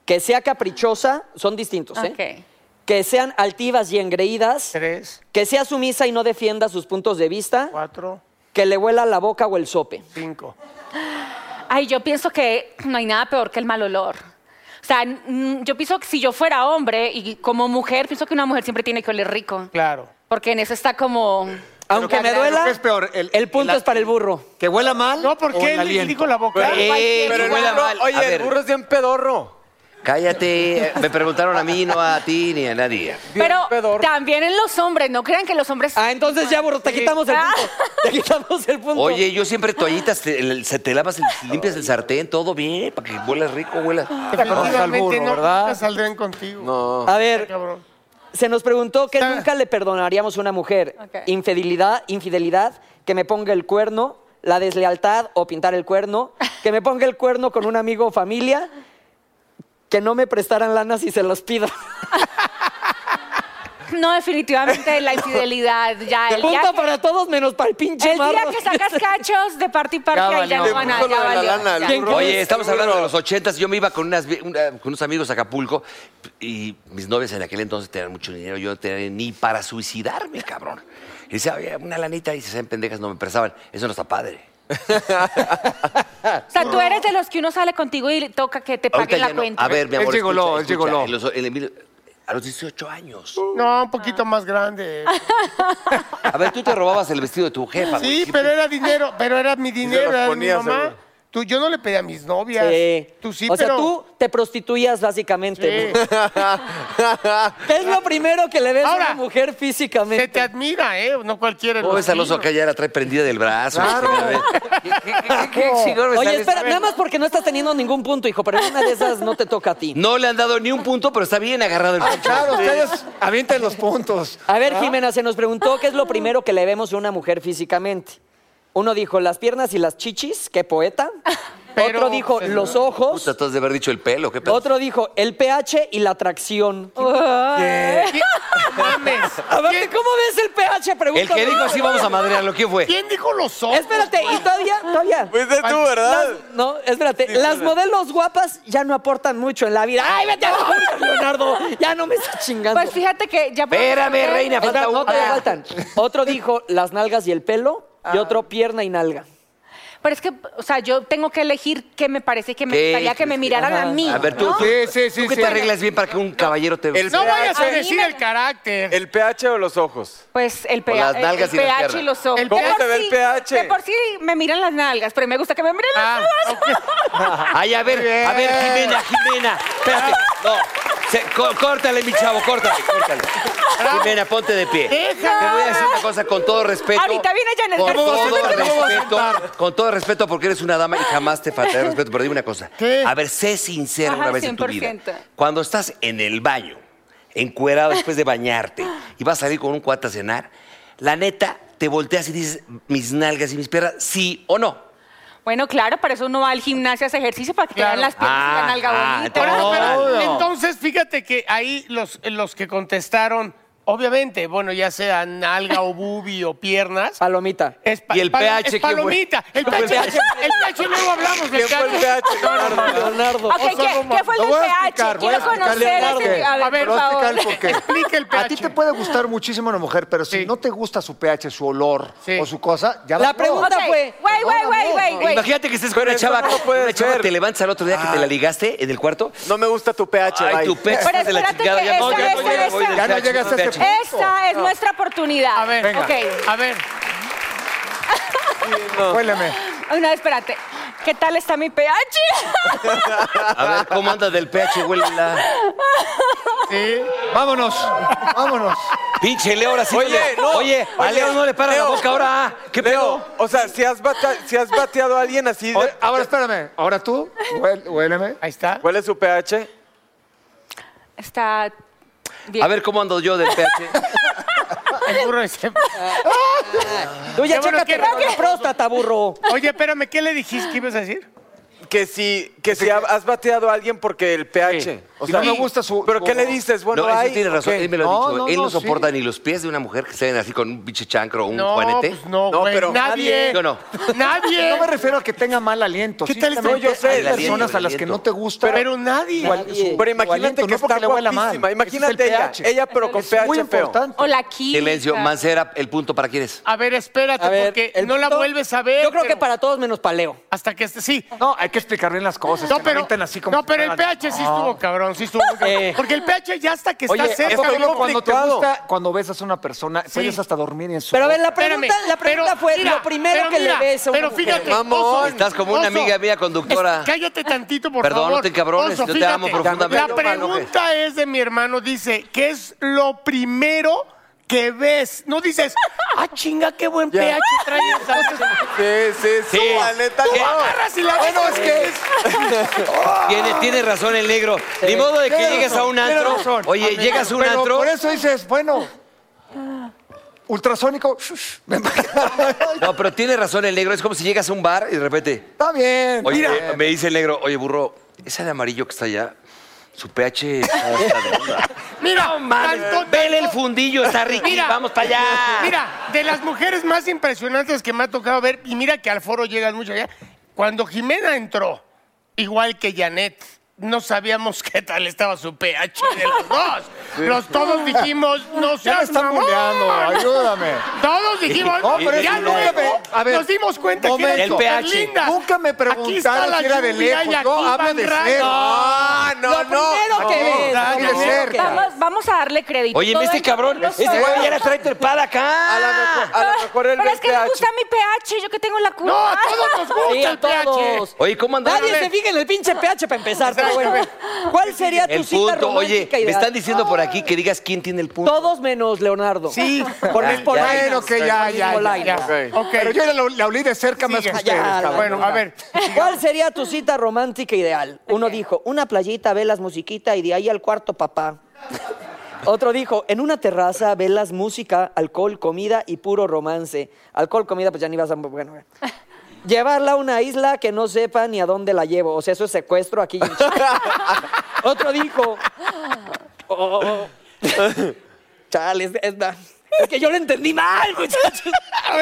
Speaker 8: que sea caprichosa, son distintos, ¿eh? Que sean altivas y engreídas.
Speaker 5: Tres.
Speaker 8: Que sea sumisa y no defienda sus puntos de vista.
Speaker 5: Cuatro.
Speaker 8: Que le huela la boca o el sope.
Speaker 5: Cinco.
Speaker 10: Ay, yo pienso que no hay nada peor que el mal olor. O sea, mm, yo pienso que si yo fuera hombre y como mujer, pienso que una mujer siempre tiene que oler rico.
Speaker 5: Claro.
Speaker 10: Porque en eso está como...
Speaker 8: Aunque me duela,
Speaker 10: ¿qué
Speaker 8: el, punto es para el burro.
Speaker 11: Que huela mal.
Speaker 5: No, porque
Speaker 11: o el
Speaker 5: él
Speaker 11: aliento?
Speaker 5: dijo la boca.
Speaker 3: pero eh, el burro- oye, el burro
Speaker 7: es bien pedorro.
Speaker 3: Cállate, me preguntaron a mí, no a ti ni a nadie.
Speaker 10: Pero también en los hombres, no crean que los hombres... Ah,
Speaker 8: entonces ya, burro, te quitamos el punto. Te quitamos el punto.
Speaker 3: Oye, yo siempre toallitas, te, el- se te lavas, el- limpias el sartén, todo bien, para que huelas rico, huelas.
Speaker 5: Definitivamente no nunca
Speaker 3: ¿verdad?
Speaker 5: saldrían contigo.
Speaker 3: No.
Speaker 8: A ver,
Speaker 5: Cabrón.
Speaker 8: se nos preguntó que nunca le perdonaríamos a una mujer.
Speaker 10: Ok.
Speaker 8: Infidelidad, infidelidad, que me ponga el cuerno, la deslealtad o pintar el cuerno, que me ponga el cuerno con un amigo o familia, que no me prestaran lana si se los pido.
Speaker 10: No, definitivamente la infidelidad. Ya, el día
Speaker 8: Punto
Speaker 10: que-
Speaker 8: para todos menos para el pinche
Speaker 10: El día
Speaker 8: marro.
Speaker 10: que sacas cachos de parte y parte,
Speaker 8: Ya
Speaker 10: ahí ya
Speaker 8: valió.
Speaker 10: no van a...
Speaker 8: Te puso
Speaker 10: ya
Speaker 8: lo de la
Speaker 10: valió,
Speaker 8: lana, el
Speaker 10: ya.
Speaker 8: burro. ¿Quién
Speaker 3: Oye,
Speaker 8: crees?
Speaker 3: estamos hablando de los ochentas. Yo me iba con, unas, vi- una- con unos amigos a Acapulco y mis novias en aquel entonces tenían mucho dinero. Yo no tenía ni para suicidarme, cabrón. Y decía, "Oye, una lanita y se hacían pendejas, no me prestaban. Eso no está padre.
Speaker 10: O sea, tú eres de los que uno sale contigo y le toca que te
Speaker 3: Ahorita
Speaker 10: paguen la
Speaker 3: ya no.
Speaker 10: cuenta.
Speaker 3: A ver, mi amor.
Speaker 5: gigoló,
Speaker 3: llegó,
Speaker 5: es gigoló.
Speaker 3: a los 18 años.
Speaker 5: No, un
Speaker 8: Ah.
Speaker 5: poquito más grande.
Speaker 3: A ver, tú te robabas el vestido de tu jefa. güey.
Speaker 5: Sí, pero era dinero, pero era mi dinero,
Speaker 3: los
Speaker 5: era de mi
Speaker 3: ponías,
Speaker 5: mamá.
Speaker 3: seguro.
Speaker 5: Tú, yo no le pedí a mis novias.
Speaker 8: Sí.
Speaker 5: Tú sí,
Speaker 8: o sea,
Speaker 5: pero... eh,
Speaker 8: tú te prostituías básicamente. ¿no? ¿Qué es lo primero que le ves a una mujer físicamente?
Speaker 5: Ah. Se te admira, ¿eh? No cualquiera.
Speaker 3: ¿Cómo
Speaker 5: lo
Speaker 3: ves al oso
Speaker 5: admira.
Speaker 3: acá? Ya la trae prendida del brazo.
Speaker 5: Claro.
Speaker 3: qué exigor me
Speaker 8: Oye,
Speaker 3: sales?
Speaker 8: espera,
Speaker 3: A ver.
Speaker 8: nada más porque no estás teniendo ningún punto, hijo, pero una de esas no te toca a ti.
Speaker 3: No le han dado ni un punto, pero está bien agarrado el punto.
Speaker 8: claro, ustedes
Speaker 11: avienten los puntos.
Speaker 8: A
Speaker 5: ¿Ah?
Speaker 8: ver, Jimena, se nos preguntó qué es lo primero que le vemos a una mujer físicamente. Uno dijo las piernas y las chichis, qué poeta. Otro dijo los ojos.
Speaker 3: Puta, tú has de haber dicho el pelo. ¿Qué pedo?
Speaker 8: Otro dijo el pH y la atracción.
Speaker 3: ¿Qué?
Speaker 8: Aparte, ¿cómo ves el pH? Pregunta.
Speaker 3: El que dijo así vamos a madrearlo, ¿quién fue?
Speaker 5: ¿Quién dijo los ojos?
Speaker 8: Espérate, y todavía, todavía.
Speaker 7: Fuiste tú, ¿verdad?
Speaker 8: Las- no, espérate. las modelos guapas ya no aportan mucho en la vida. ¡Ay, vete a la verga, Leonardo! Ya no me estás chingando.
Speaker 10: Pues fíjate que ya...
Speaker 8: Espérame, reina,
Speaker 10: falta
Speaker 8: no,
Speaker 10: una.
Speaker 8: todavía faltan. Otro dijo las nalgas y el pelo, y otro pierna y nalga.
Speaker 10: Pero es que, o sea, yo tengo que elegir qué me parece que me
Speaker 3: ¿Qué?
Speaker 10: gustaría que me miraran a mí.
Speaker 3: A ver, tú,
Speaker 10: ¿no?
Speaker 3: tú, tú que te arreglas bien para que un caballero te
Speaker 7: El
Speaker 5: No
Speaker 7: pH.
Speaker 5: vayas a decir el carácter.
Speaker 7: ¿El pH o los ojos?
Speaker 10: Pues el, pH,
Speaker 7: las nalgas
Speaker 10: el
Speaker 7: y las
Speaker 10: pH y
Speaker 7: piernas.
Speaker 10: los ojos.
Speaker 7: El ¿Cómo
Speaker 10: De por
Speaker 7: se ve el
Speaker 10: sí-
Speaker 7: pH?
Speaker 10: De por sí me miran las nalgas, pero me gusta que me miren las ojos.
Speaker 3: Ay, a ver, a ver, Jimena, Jimena. Espérate. No. Se- có- córtale, mi chavo, córtale, córtale. Jimena, ponte de pie.
Speaker 10: Deja.
Speaker 3: Te voy a decir una cosa con todo respeto.
Speaker 10: Ahorita viene Janet
Speaker 3: Con
Speaker 10: García.
Speaker 3: todo
Speaker 10: Te voy a
Speaker 3: respeto, con todo respeto, porque eres una dama y jamás te faltaré el respeto. Pero dime una cosa. A ver, sé sincera
Speaker 10: Ajá,
Speaker 3: una vez en tu vida.
Speaker 10: 100%.
Speaker 3: Cuando estás en el baño, encuerado después de bañarte, y vas a salir con un cuate a cenar, la neta, te volteas y dices, mis nalgas y mis piernas, sí o no.
Speaker 10: Bueno, claro, para eso uno va al gimnasio, hace ejercicio para que te vean las piernas y
Speaker 3: Ah,
Speaker 10: la nalga
Speaker 3: ah,
Speaker 10: bonita.
Speaker 3: entonces-
Speaker 5: Pero
Speaker 3: No.
Speaker 5: entonces, fíjate que ahí los, los que contestaron Obviamente, bueno, ya sea nalga o bubi o piernas.
Speaker 8: Palomita.
Speaker 5: Es
Speaker 8: Y el
Speaker 5: pala-
Speaker 8: pH,
Speaker 5: es
Speaker 8: qué bueno.
Speaker 5: palomita. El
Speaker 8: ¿Cómo
Speaker 5: pH,
Speaker 8: el
Speaker 5: el
Speaker 8: pH?
Speaker 5: pH luego hablamos del
Speaker 8: ¿Qué fue el
Speaker 5: pH.
Speaker 8: pH, Leonardo? Leonardo.
Speaker 5: O
Speaker 8: Ok,
Speaker 5: sea,
Speaker 8: ¿qué-
Speaker 5: como-
Speaker 8: qué fue el
Speaker 5: Lo voy a
Speaker 8: del pH? Quiero
Speaker 5: explicar, voy a explicar.
Speaker 8: conocer ese-
Speaker 5: Leonardo.
Speaker 8: a ver,
Speaker 5: A
Speaker 8: por
Speaker 5: ver,
Speaker 11: Te voy a
Speaker 8: favor.
Speaker 11: explicar el porqué. A ti te puede gustar muchísimo una mujer, pero si no te gusta su pH, su olor o su cosa, ya
Speaker 8: La pregunta
Speaker 10: Ok,
Speaker 8: fue-
Speaker 10: Güey, güey, güey, güey, güey.
Speaker 3: Imagínate que estés con una
Speaker 9: Pero eso
Speaker 3: chava,
Speaker 9: no lo puedes
Speaker 3: una chava
Speaker 9: ver.
Speaker 3: te levantas al otro día que te la ligaste en el cuarto.
Speaker 9: No me gusta tu pH.
Speaker 3: Ay,
Speaker 9: bye.
Speaker 3: tu pH
Speaker 10: Pero
Speaker 3: es de la
Speaker 10: espérate
Speaker 3: chingada.
Speaker 10: que
Speaker 3: Ya no, ya no,
Speaker 10: esa-
Speaker 3: ya
Speaker 10: esa-
Speaker 3: no voy del pH,
Speaker 10: esa-
Speaker 11: llegaste a
Speaker 3: del
Speaker 11: ese
Speaker 3: pH.
Speaker 10: Esta es nuestra oportunidad.
Speaker 5: A ver,
Speaker 10: Ok.
Speaker 5: a ver.
Speaker 11: Huéleme.
Speaker 10: Ay, No, espérate. ¿Qué tal está mi pH?
Speaker 3: A ver, ¿cómo andas del pH, güey? La...
Speaker 5: Sí.
Speaker 11: Vámonos, vámonos.
Speaker 3: Pinche Leo, ahora sí.
Speaker 9: Oye,
Speaker 3: le-
Speaker 9: no.
Speaker 3: oye, a
Speaker 9: Oye,
Speaker 3: Leo no le para la
Speaker 9: Leo.
Speaker 3: boca ahora. ¿Qué
Speaker 9: Leo,
Speaker 3: pedo?
Speaker 9: o sea, si has, bata- si has bateado a alguien así, de-
Speaker 11: Oye, Ahora espérame, ahora tú, hué- huéleme.
Speaker 5: Ahí está.
Speaker 9: ¿cuál es su pH?
Speaker 10: está bien.
Speaker 3: A ver, ¿cómo ando yo del pH?
Speaker 5: El burro dice-
Speaker 8: Tú ya
Speaker 5: Qué bueno
Speaker 8: chécate
Speaker 5: que-
Speaker 8: la próstata, burro.
Speaker 5: Oye, espérame, ¿qué le dijiste que ibas a decir?
Speaker 9: Que si, que si ha- has bateado a alguien porque el pH. O
Speaker 11: Si
Speaker 9: sea,
Speaker 11: no me gusta su-
Speaker 9: ¿Pero
Speaker 11: su-
Speaker 9: qué le dices? Bueno,
Speaker 3: No,
Speaker 9: ay,
Speaker 3: eso tiene razón.
Speaker 9: ok.
Speaker 3: Él me lo ha
Speaker 11: No,
Speaker 3: dicho.
Speaker 11: no,
Speaker 3: él no,
Speaker 11: no, sí.
Speaker 3: soporta ni los pies de una mujer que se ven así con un pinche chancro o un
Speaker 5: No,
Speaker 3: juanete.
Speaker 5: pues no,
Speaker 9: No,
Speaker 5: güey.
Speaker 9: pero
Speaker 5: nadie.
Speaker 3: Yo no.
Speaker 5: Nadie.
Speaker 11: No me refiero a que tenga mal aliento.
Speaker 5: ¿Qué tal?
Speaker 11: simplemente
Speaker 9: No, yo sé,
Speaker 11: Hay
Speaker 9: el aliento,
Speaker 11: personas
Speaker 3: el
Speaker 11: a las que
Speaker 3: aliento.
Speaker 11: no te gusta.
Speaker 5: Pero, nadie.
Speaker 11: Igual-
Speaker 8: Nadie.
Speaker 9: Pero imagínate
Speaker 11: aliento,
Speaker 9: que
Speaker 11: no porque
Speaker 9: está
Speaker 11: le huela mal.
Speaker 9: guapísima.
Speaker 11: Ese es
Speaker 9: Imagínate
Speaker 11: el
Speaker 9: ella.
Speaker 11: pH.
Speaker 9: Ella, pero con
Speaker 11: Es muy
Speaker 9: pH feo.
Speaker 11: importante.
Speaker 10: O la química.
Speaker 3: Silencio, Mancera, el punto para quién es.
Speaker 5: A ver, espérate,
Speaker 8: A ver,
Speaker 5: porque
Speaker 8: el
Speaker 5: no la
Speaker 8: punto-
Speaker 5: vuelves a ver.
Speaker 8: Yo creo que
Speaker 5: pero-
Speaker 8: para todos menos paleo.
Speaker 5: Hasta que este, sí.
Speaker 11: No, hay que explicar bien las cosas.
Speaker 5: No,
Speaker 11: que
Speaker 5: pero,
Speaker 11: avienten así como
Speaker 5: no,
Speaker 11: si
Speaker 5: pero el
Speaker 11: fueran-
Speaker 5: pH sí
Speaker 11: No.
Speaker 5: estuvo cabrón, sí estuvo muy cabrón.
Speaker 8: Eh.
Speaker 5: Porque el pH ya hasta que está
Speaker 11: Oye,
Speaker 5: cerca.
Speaker 11: ¿a poco
Speaker 5: güey.
Speaker 11: no cuando te
Speaker 9: complicado.
Speaker 11: gusta, cuando besas a una persona, puedes hasta dormir en su
Speaker 8: Pero a ver, la
Speaker 5: Espérame,
Speaker 8: pregunta, la pregunta
Speaker 5: pero
Speaker 8: fue
Speaker 5: mira,
Speaker 8: lo primero
Speaker 5: pero
Speaker 8: que
Speaker 5: mira,
Speaker 8: le ves a una
Speaker 5: Pero
Speaker 8: mujer.
Speaker 5: fíjate,
Speaker 9: Mamón,
Speaker 5: oso,
Speaker 3: estás como una
Speaker 5: oso.
Speaker 3: amiga mía conductora.
Speaker 5: Es- cállate tantito, por
Speaker 3: Perdón, no
Speaker 5: favor.
Speaker 3: te encabrones, yo te amo profundamente.
Speaker 5: La
Speaker 3: Malo que-
Speaker 5: pregunta es de mi hermano, dice, ¿qué es lo primero que ves? No dices, ah, chinga, qué buen pH trae esa.
Speaker 9: Sí, sí, sí. La neta,
Speaker 5: Tú
Speaker 9: no.
Speaker 5: agarras y la
Speaker 11: Bueno, es que
Speaker 3: Tiene, tiene razón el negro. Ni modo de que
Speaker 11: Tiene
Speaker 3: llegues a
Speaker 11: razón,
Speaker 3: un
Speaker 11: tiene
Speaker 3: antro.
Speaker 11: razón.
Speaker 3: Oye, llegas a un
Speaker 11: Pero
Speaker 3: antro.
Speaker 11: Por eso dices, bueno, ultrasónico. shush, me-
Speaker 3: No, pero tiene razón el negro. Es como si llegas a un bar y de repente.
Speaker 11: Está bien.
Speaker 3: Oye, eh,
Speaker 11: Mira,
Speaker 3: me dice el negro, oye, burro, esa de amarillo que está allá, su pH. está de onda".
Speaker 5: Mira, tanto-
Speaker 3: Vele el fundillo, está rico.
Speaker 5: Mira.
Speaker 3: Vamos para allá.
Speaker 5: Mira, de las mujeres más impresionantes que me ha tocado ver, y mira que al foro llegan mucho allá, cuando Jimena entró, igual que Janet, no sabíamos qué tal estaba su pH de los dos. Los todos dijimos,
Speaker 11: ya
Speaker 5: no
Speaker 11: me
Speaker 5: seas
Speaker 11: están
Speaker 5: mamón".
Speaker 11: buleando, ayúdame.
Speaker 5: Todos dijimos,
Speaker 11: No, pero
Speaker 5: ya
Speaker 11: es-
Speaker 5: no,
Speaker 11: nunca me- a ver,
Speaker 5: nos dimos cuenta que eran
Speaker 11: momento.
Speaker 5: súper
Speaker 3: El pH.
Speaker 5: lindas.
Speaker 11: Nunca me
Speaker 5: Aquí está
Speaker 11: preguntaron
Speaker 5: la
Speaker 11: si era de
Speaker 5: lluvia
Speaker 11: lejos,
Speaker 5: y aquí
Speaker 11: yo hablo
Speaker 5: van
Speaker 11: de
Speaker 5: rayos.
Speaker 11: cerca.
Speaker 8: lo primero que ves.
Speaker 11: Aquí de
Speaker 8: Vamos,
Speaker 11: cerca.
Speaker 10: Vamos, vamos a darle crédito.
Speaker 3: Oye,
Speaker 10: Todo
Speaker 3: ¿me este
Speaker 10: el-
Speaker 3: cabrón?
Speaker 10: lo
Speaker 3: Este
Speaker 10: soy.
Speaker 3: güey ya la trae trepada acá.
Speaker 9: A lo mejor, a lo mejor él
Speaker 10: Ah, Pero
Speaker 9: ve
Speaker 10: es que le
Speaker 9: el
Speaker 10: gusta
Speaker 9: pH.
Speaker 10: mi pH, yo que tengo la culpa.
Speaker 5: No, a todos nos gusta
Speaker 8: Sí, a
Speaker 5: el pH.
Speaker 8: todos.
Speaker 3: Oye, ¿cómo andas?
Speaker 8: Nadie se fija en el pinche pH para empezar, pero bueno. ¿Cuál sería tu
Speaker 3: El
Speaker 8: cita
Speaker 3: punto, oye,
Speaker 8: romántica
Speaker 3: me
Speaker 8: ideal?
Speaker 3: están diciendo por aquí que digas quién tiene el punto.
Speaker 8: Todos menos Leonardo.
Speaker 5: Sí.
Speaker 8: Por
Speaker 3: Ya,
Speaker 8: mis por
Speaker 3: ya,
Speaker 11: Bueno, que ya, ya, ya. ya.
Speaker 9: Ok.
Speaker 5: Ok.
Speaker 11: Pero yo ya la, la olí de cerca más que
Speaker 5: Sigue.
Speaker 11: ustedes,
Speaker 8: Ya,
Speaker 11: cabrón.
Speaker 5: Bueno, a ver.
Speaker 8: ¿Cuál sería tu cita romántica ideal? Uno dijo, una playita, velas, musiquita y de ahí al cuarto, papá. Otro dijo, en una terraza, velas, música, alcohol, comida y puro romance. Alcohol, comida, pues ya ni vas a... Bueno, bueno. Llevarla a una isla que no sepa ni a dónde la llevo. O sea, eso es secuestro aquí. en Chile. Otro dijo... "Oh, oh, oh". Chale, es, es- es que yo lo entendí mal, muchachos.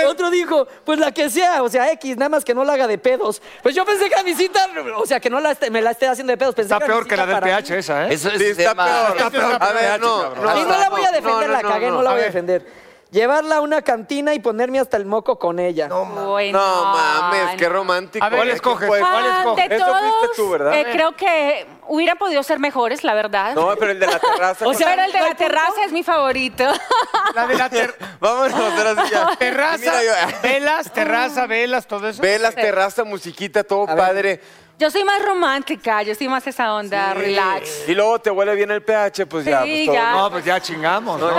Speaker 8: Otro dijo, pues la que sea, o sea, X, nada más que no la haga de pedos. Pues yo pensé que la visita, o sea, que no la esté- me la esté haciendo de pedos. Pensé
Speaker 11: Está
Speaker 8: era mi
Speaker 11: peor que la
Speaker 8: cita
Speaker 11: del
Speaker 8: para
Speaker 11: pH esa, ¿eh?
Speaker 3: Eso es
Speaker 9: Sí, está
Speaker 3: tema-
Speaker 9: peor. A ver, no.
Speaker 8: mí. Y no la voy a defender,
Speaker 9: no,
Speaker 8: la
Speaker 9: no,
Speaker 8: cagué, no,
Speaker 9: no.
Speaker 8: la
Speaker 9: A
Speaker 8: voy a
Speaker 9: ver.
Speaker 8: defender. Llevarla a una cantina y ponerme hasta el moco con ella.
Speaker 10: Uy,
Speaker 9: No mames, qué romántico.
Speaker 5: A ver, ¿cuál
Speaker 9: ¿Quién
Speaker 11: escoges?
Speaker 9: fue?
Speaker 11: ¿Cuál
Speaker 10: Ah,
Speaker 11: escoges?
Speaker 10: De
Speaker 9: Eso
Speaker 10: todos,
Speaker 9: fuiste tú, ¿verdad?
Speaker 10: eh, creo que hubiera podido ser mejores, la verdad.
Speaker 9: No, pero el de la terraza.
Speaker 8: O sea,
Speaker 10: pero el de
Speaker 8: ¿no
Speaker 10: la
Speaker 8: hay punto?
Speaker 10: terraza es mi favorito.
Speaker 5: La de la ter-
Speaker 9: Vámonos, ahora sí ya.
Speaker 5: terraza,
Speaker 9: Mira, yo-
Speaker 5: velas, terraza, velas, todo eso.
Speaker 9: Velas, terraza, musiquita, todo padre.
Speaker 10: Yo soy más romántica, yo soy más esa onda, Ah, relax.
Speaker 9: Y luego te huele bien el pH, pues ya.
Speaker 10: Sí,
Speaker 9: pues, todo.
Speaker 10: ya.
Speaker 11: No, pues ya chingamos, ¿no?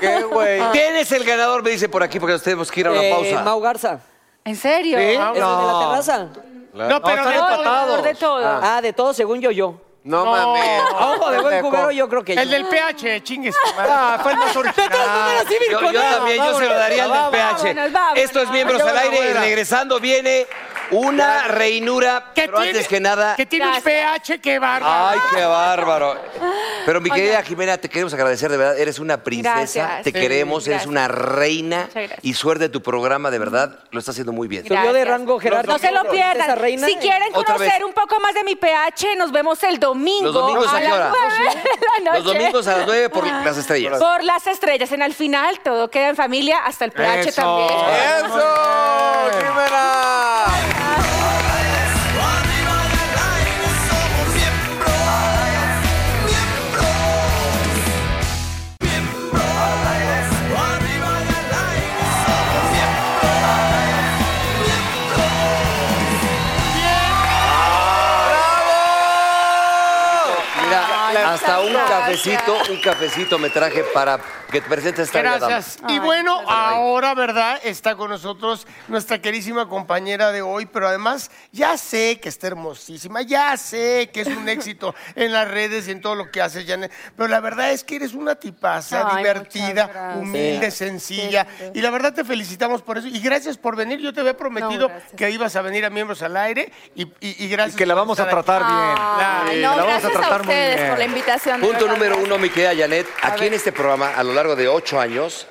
Speaker 9: ¿Qué, güey?
Speaker 3: ¿Quién es el ganador? Me dice por aquí porque nos tenemos que ir a una
Speaker 8: Eh,
Speaker 3: pausa.
Speaker 8: Mau Garza.
Speaker 10: ¿En serio?
Speaker 11: Sí.
Speaker 8: ¿Es el de la terraza?
Speaker 5: No, pero
Speaker 11: están
Speaker 5: de
Speaker 10: No, el
Speaker 5: todo.
Speaker 10: ganador de todo.
Speaker 8: Ah, de todo, según yo, yo.
Speaker 9: No,
Speaker 5: No.
Speaker 9: mames.
Speaker 8: A ojo de buen
Speaker 9: Pendejo.
Speaker 8: cubero, yo creo que yo.
Speaker 5: El del pH, chingues.
Speaker 11: Ah, fue el más original.
Speaker 3: Yo, yo también, yo se lo daría al del
Speaker 10: Vámonos,
Speaker 3: pH.
Speaker 10: vámonos.
Speaker 3: Esto es Miembros
Speaker 11: Venga,
Speaker 3: al
Speaker 11: buena,
Speaker 3: Aire y
Speaker 11: buena.
Speaker 3: regresando viene
Speaker 12: Una reinura,
Speaker 5: Que
Speaker 12: pero antes
Speaker 5: tiene-
Speaker 12: que nada.
Speaker 5: Que tiene un pH, qué bárbaro.
Speaker 3: Ay, qué bárbaro. Pero mi
Speaker 5: Oye.
Speaker 3: querida Jimena, te queremos agradecer, de verdad. Eres una princesa,
Speaker 12: Gracias.
Speaker 3: te
Speaker 12: Sí,
Speaker 3: queremos, eres
Speaker 12: gracias.
Speaker 3: una reina.
Speaker 12: Muchas gracias.
Speaker 3: Y suerte de tu programa, de verdad, lo está haciendo muy bien.
Speaker 8: Subió de rango Gerardo.
Speaker 10: No se lo pierdan.
Speaker 8: reina.
Speaker 10: Si quieren
Speaker 3: Otra vez.
Speaker 10: conocer un poco más de mi pH, nos vemos el domingo.
Speaker 3: ¿Los domingos a qué
Speaker 10: las
Speaker 3: hora?
Speaker 10: nueve de la
Speaker 3: Los
Speaker 10: noche.
Speaker 3: domingos a las 9 por las estrellas.
Speaker 10: Por las estrellas. En el final todo queda en familia, hasta el pH
Speaker 3: Eso.
Speaker 10: también.
Speaker 2: ¡Eso!
Speaker 9: ¡Jimena!
Speaker 3: Mira, hasta un
Speaker 5: gracias.
Speaker 3: cafecito, un cafecito me traje para que te presentes esta bella dama.
Speaker 5: Gracias. Y bueno, ahora, ¿verdad? Está con nosotros nuestra querísima compañera de hoy, pero además ya sé que está hermosísima, ya sé que es un éxito en las redes y en todo lo que haces, Janet, pero la verdad es que eres una tipaza,
Speaker 13: Ay, muchas
Speaker 5: divertida,
Speaker 13: gracias.
Speaker 5: humilde,
Speaker 13: Sí.
Speaker 5: sencilla, y la verdad te felicitamos por eso, y gracias por venir, yo te había prometido que ibas a venir a Miembros al Aire, y, y- y gracias. que la
Speaker 6: vamos a tratar bien.
Speaker 3: Ay,
Speaker 13: no,
Speaker 3: la vamos a
Speaker 13: gracias
Speaker 3: tratar muy
Speaker 13: ustedes
Speaker 3: bien.
Speaker 13: por la invitación. de
Speaker 3: Punto
Speaker 13: verdad.
Speaker 3: número uno, mi querida Janet. Aquí en este programa, a lo largo de ocho años,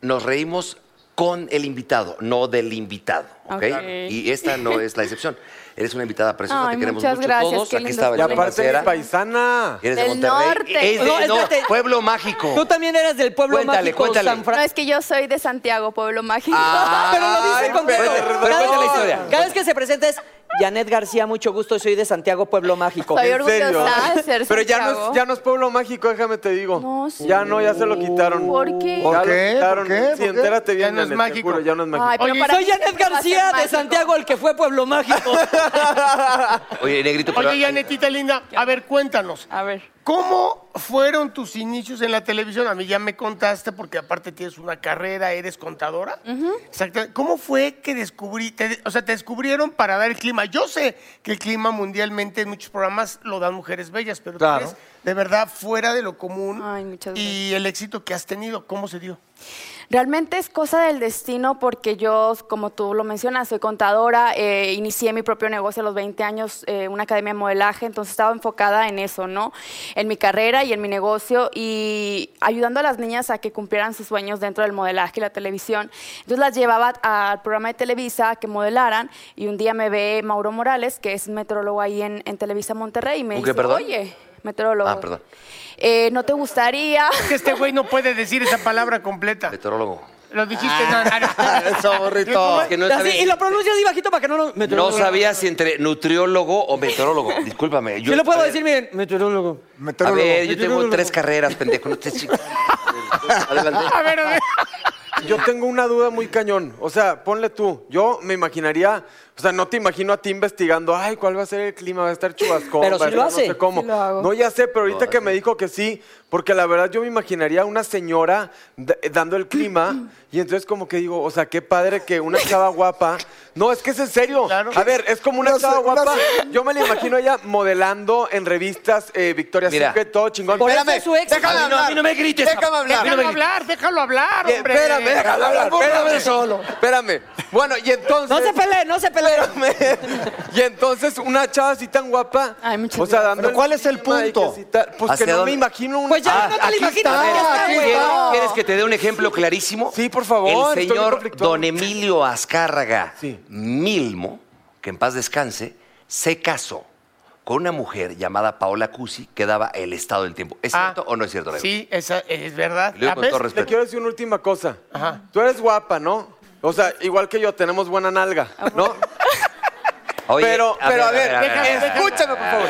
Speaker 3: nos reímos con el invitado, no del invitado. ¿ok?
Speaker 13: Ok.
Speaker 3: Y esta no es la excepción. Eres una invitada preciosa,
Speaker 13: Ay,
Speaker 3: te queremos
Speaker 13: muchas
Speaker 3: mucho
Speaker 13: gracias,
Speaker 3: todos.
Speaker 13: qué
Speaker 3: Aquí
Speaker 13: lindo
Speaker 3: estaba
Speaker 13: Y aparte
Speaker 3: Yolanda
Speaker 13: mi
Speaker 3: paisana. Eres de
Speaker 13: Del
Speaker 3: Monterrey.
Speaker 13: norte.
Speaker 3: Es de,
Speaker 13: No,
Speaker 3: no,
Speaker 13: espérate.
Speaker 3: pueblo mágico.
Speaker 8: Tú también eres del pueblo
Speaker 3: Cuéntale,
Speaker 8: mágico
Speaker 3: cuéntale.
Speaker 8: San Fran.
Speaker 13: No, es que yo soy de Santiago, pueblo mágico.
Speaker 3: Ah,
Speaker 8: Pero lo dice contento.
Speaker 3: pero
Speaker 8: Cada,
Speaker 3: cuenta la
Speaker 8: vez-
Speaker 3: historia.
Speaker 8: cada vez que se presenta es Janet García, mucho gusto, soy de Santiago, Pueblo Mágico.
Speaker 13: Soy orgullosa de ser
Speaker 9: Pero ya no,
Speaker 13: Santiago.
Speaker 9: es, ya no es pueblo mágico, déjame te digo. Ya no, ya se lo quitaron.
Speaker 13: ¿Por qué?
Speaker 9: Ya lo quitaron.
Speaker 6: ¿Por qué? ¿Por
Speaker 9: Sí,
Speaker 6: qué?
Speaker 9: entérate bien,
Speaker 5: Ya no es
Speaker 9: Janet, te
Speaker 5: mágico.
Speaker 9: juro, ya no es mágico.
Speaker 13: Ay, pero
Speaker 8: Oye,
Speaker 13: para
Speaker 8: soy
Speaker 13: mí
Speaker 8: Janet
Speaker 13: siempre va a ser
Speaker 8: García de
Speaker 13: mágico.
Speaker 8: Santiago, el que fue Pueblo Mágico.
Speaker 3: Oye, negrito, pero.
Speaker 5: Oye, Janetita linda, a ver, cuéntanos.
Speaker 13: A ver.
Speaker 5: ¿Cómo fueron tus inicios en la televisión? A mí ya me contaste, porque aparte tienes una carrera, eres contadora. Exactamente. ¿Cómo fue que descubrí, te- o sea, te descubrieron para dar el clima? Yo sé que el clima mundialmente en muchos programas lo dan mujeres bellas, pero tú
Speaker 6: Claro.
Speaker 5: eres de verdad fuera de lo común.
Speaker 13: Ay, muchas
Speaker 5: Y el éxito que has tenido, ¿cómo se dio?
Speaker 13: Realmente es cosa del destino porque yo, como tú lo mencionas, soy contadora, eh, inicié mi propio negocio a los 20 años, eh, una academia de modelaje, entonces estaba enfocada en eso, ¿no? En mi carrera y en mi negocio y ayudando a las niñas a que cumplieran sus sueños dentro del modelaje y la televisión. Entonces las llevaba al programa de Televisa a que modelaran y un día me ve Mauro Morales, que es meteorólogo ahí en, en Televisa Monterrey, y me
Speaker 3: ¿Un qué,
Speaker 13: dice,
Speaker 3: perdón?
Speaker 13: oye, meteorólogo,
Speaker 3: Ah, perdón.
Speaker 13: eh, ¿no te gustaría...?
Speaker 5: Que este güey no puede decir esa palabra completa.
Speaker 3: Meteorólogo.
Speaker 5: Lo dijiste.
Speaker 9: Ah,
Speaker 5: no, no.
Speaker 3: Eso, burrito. Que no
Speaker 8: Así,
Speaker 3: sabía,
Speaker 8: y lo pronuncias así bajito para que no lo...
Speaker 3: no
Speaker 8: Meteorólogo.
Speaker 3: sabía si entre nutriólogo o meteorólogo. Discúlpame.
Speaker 8: Yo lo puedo decir, miren, meteorólogo.
Speaker 3: A
Speaker 8: Meteorólogo.
Speaker 3: ver, yo tengo
Speaker 8: Meteorólogo.
Speaker 3: tres carreras, pendejo. No te chingues. Adelante.
Speaker 5: A ver, a ver.
Speaker 9: Yo tengo una duda muy cañón. O sea, ponle tú. Yo me imaginaría, o sea, no te imagino a ti investigando, ay, ¿cuál va a ser el clima? ¿Va a estar chubascón?
Speaker 8: Pero
Speaker 9: va a
Speaker 8: sí lo
Speaker 9: estar
Speaker 8: hace.
Speaker 9: No sé cómo.
Speaker 8: Sí lo hago.
Speaker 9: No, ya sé, pero ahorita
Speaker 8: Lo
Speaker 9: que me dijo que sí, porque la verdad yo me imaginaría a una señora d- dando el clima y entonces como que digo, o sea, qué padre que una chava guapa. No, es que es en serio. A ver, es como una,
Speaker 6: Una se-
Speaker 9: chava
Speaker 6: una
Speaker 9: guapa.
Speaker 6: se-
Speaker 9: Yo me la imagino a ella modelando en revistas eh, Victoria's
Speaker 3: Mira.
Speaker 9: Secret, todo chingón.
Speaker 8: Por eso es su ex.
Speaker 9: déjame
Speaker 8: A mí no- a mí no me grites.
Speaker 9: Déjame hablar.
Speaker 5: Déjalo hablar, déjalo hablar,
Speaker 9: Bien,
Speaker 5: hombre.
Speaker 9: Espérame, déjalo hablar, espérame
Speaker 8: solo.
Speaker 9: Espérame. Bueno, y entonces.
Speaker 8: No se peleen, no se peleen.
Speaker 9: Y entonces, una chava así tan guapa.
Speaker 13: Ay, muchas
Speaker 9: O sea,
Speaker 13: gracias.
Speaker 9: dando.
Speaker 6: Pero
Speaker 9: el
Speaker 6: ¿cuál es el
Speaker 9: clima y que
Speaker 6: punto?
Speaker 9: sí tal- Pues que
Speaker 3: ¿Hacia
Speaker 9: no
Speaker 3: dónde?
Speaker 9: me imagino una.
Speaker 8: Pues ya
Speaker 3: Ah,
Speaker 8: no te la
Speaker 3: aquí
Speaker 8: imaginas.
Speaker 3: está,
Speaker 8: ya está,
Speaker 3: aquí
Speaker 8: güey.
Speaker 3: ¿Quieres, quieres que te dé un ejemplo clarísimo?
Speaker 9: Sí, por favor, estoy
Speaker 3: El
Speaker 9: muy
Speaker 3: señor
Speaker 9: conflictuado.
Speaker 3: don Emilio Azcárraga
Speaker 9: Sí.
Speaker 3: Milmo, que en paz descanse, se casó con una mujer llamada Paola Cusi que daba el estado del tiempo. ¿Es
Speaker 5: Ah,
Speaker 3: cierto o no es cierto? Leo?
Speaker 5: Sí, esa es verdad.
Speaker 3: Leo,
Speaker 5: ¿La
Speaker 3: con
Speaker 5: ves?
Speaker 3: todo
Speaker 9: Te
Speaker 3: respeto.
Speaker 9: quiero decir una última cosa.
Speaker 5: Ajá.
Speaker 9: Tú eres guapa, ¿no? O sea, igual que yo, tenemos buena nalga,
Speaker 13: Ah,
Speaker 9: ¿no?
Speaker 3: Oye,
Speaker 9: pero, pero a ver, escúchame, por favor.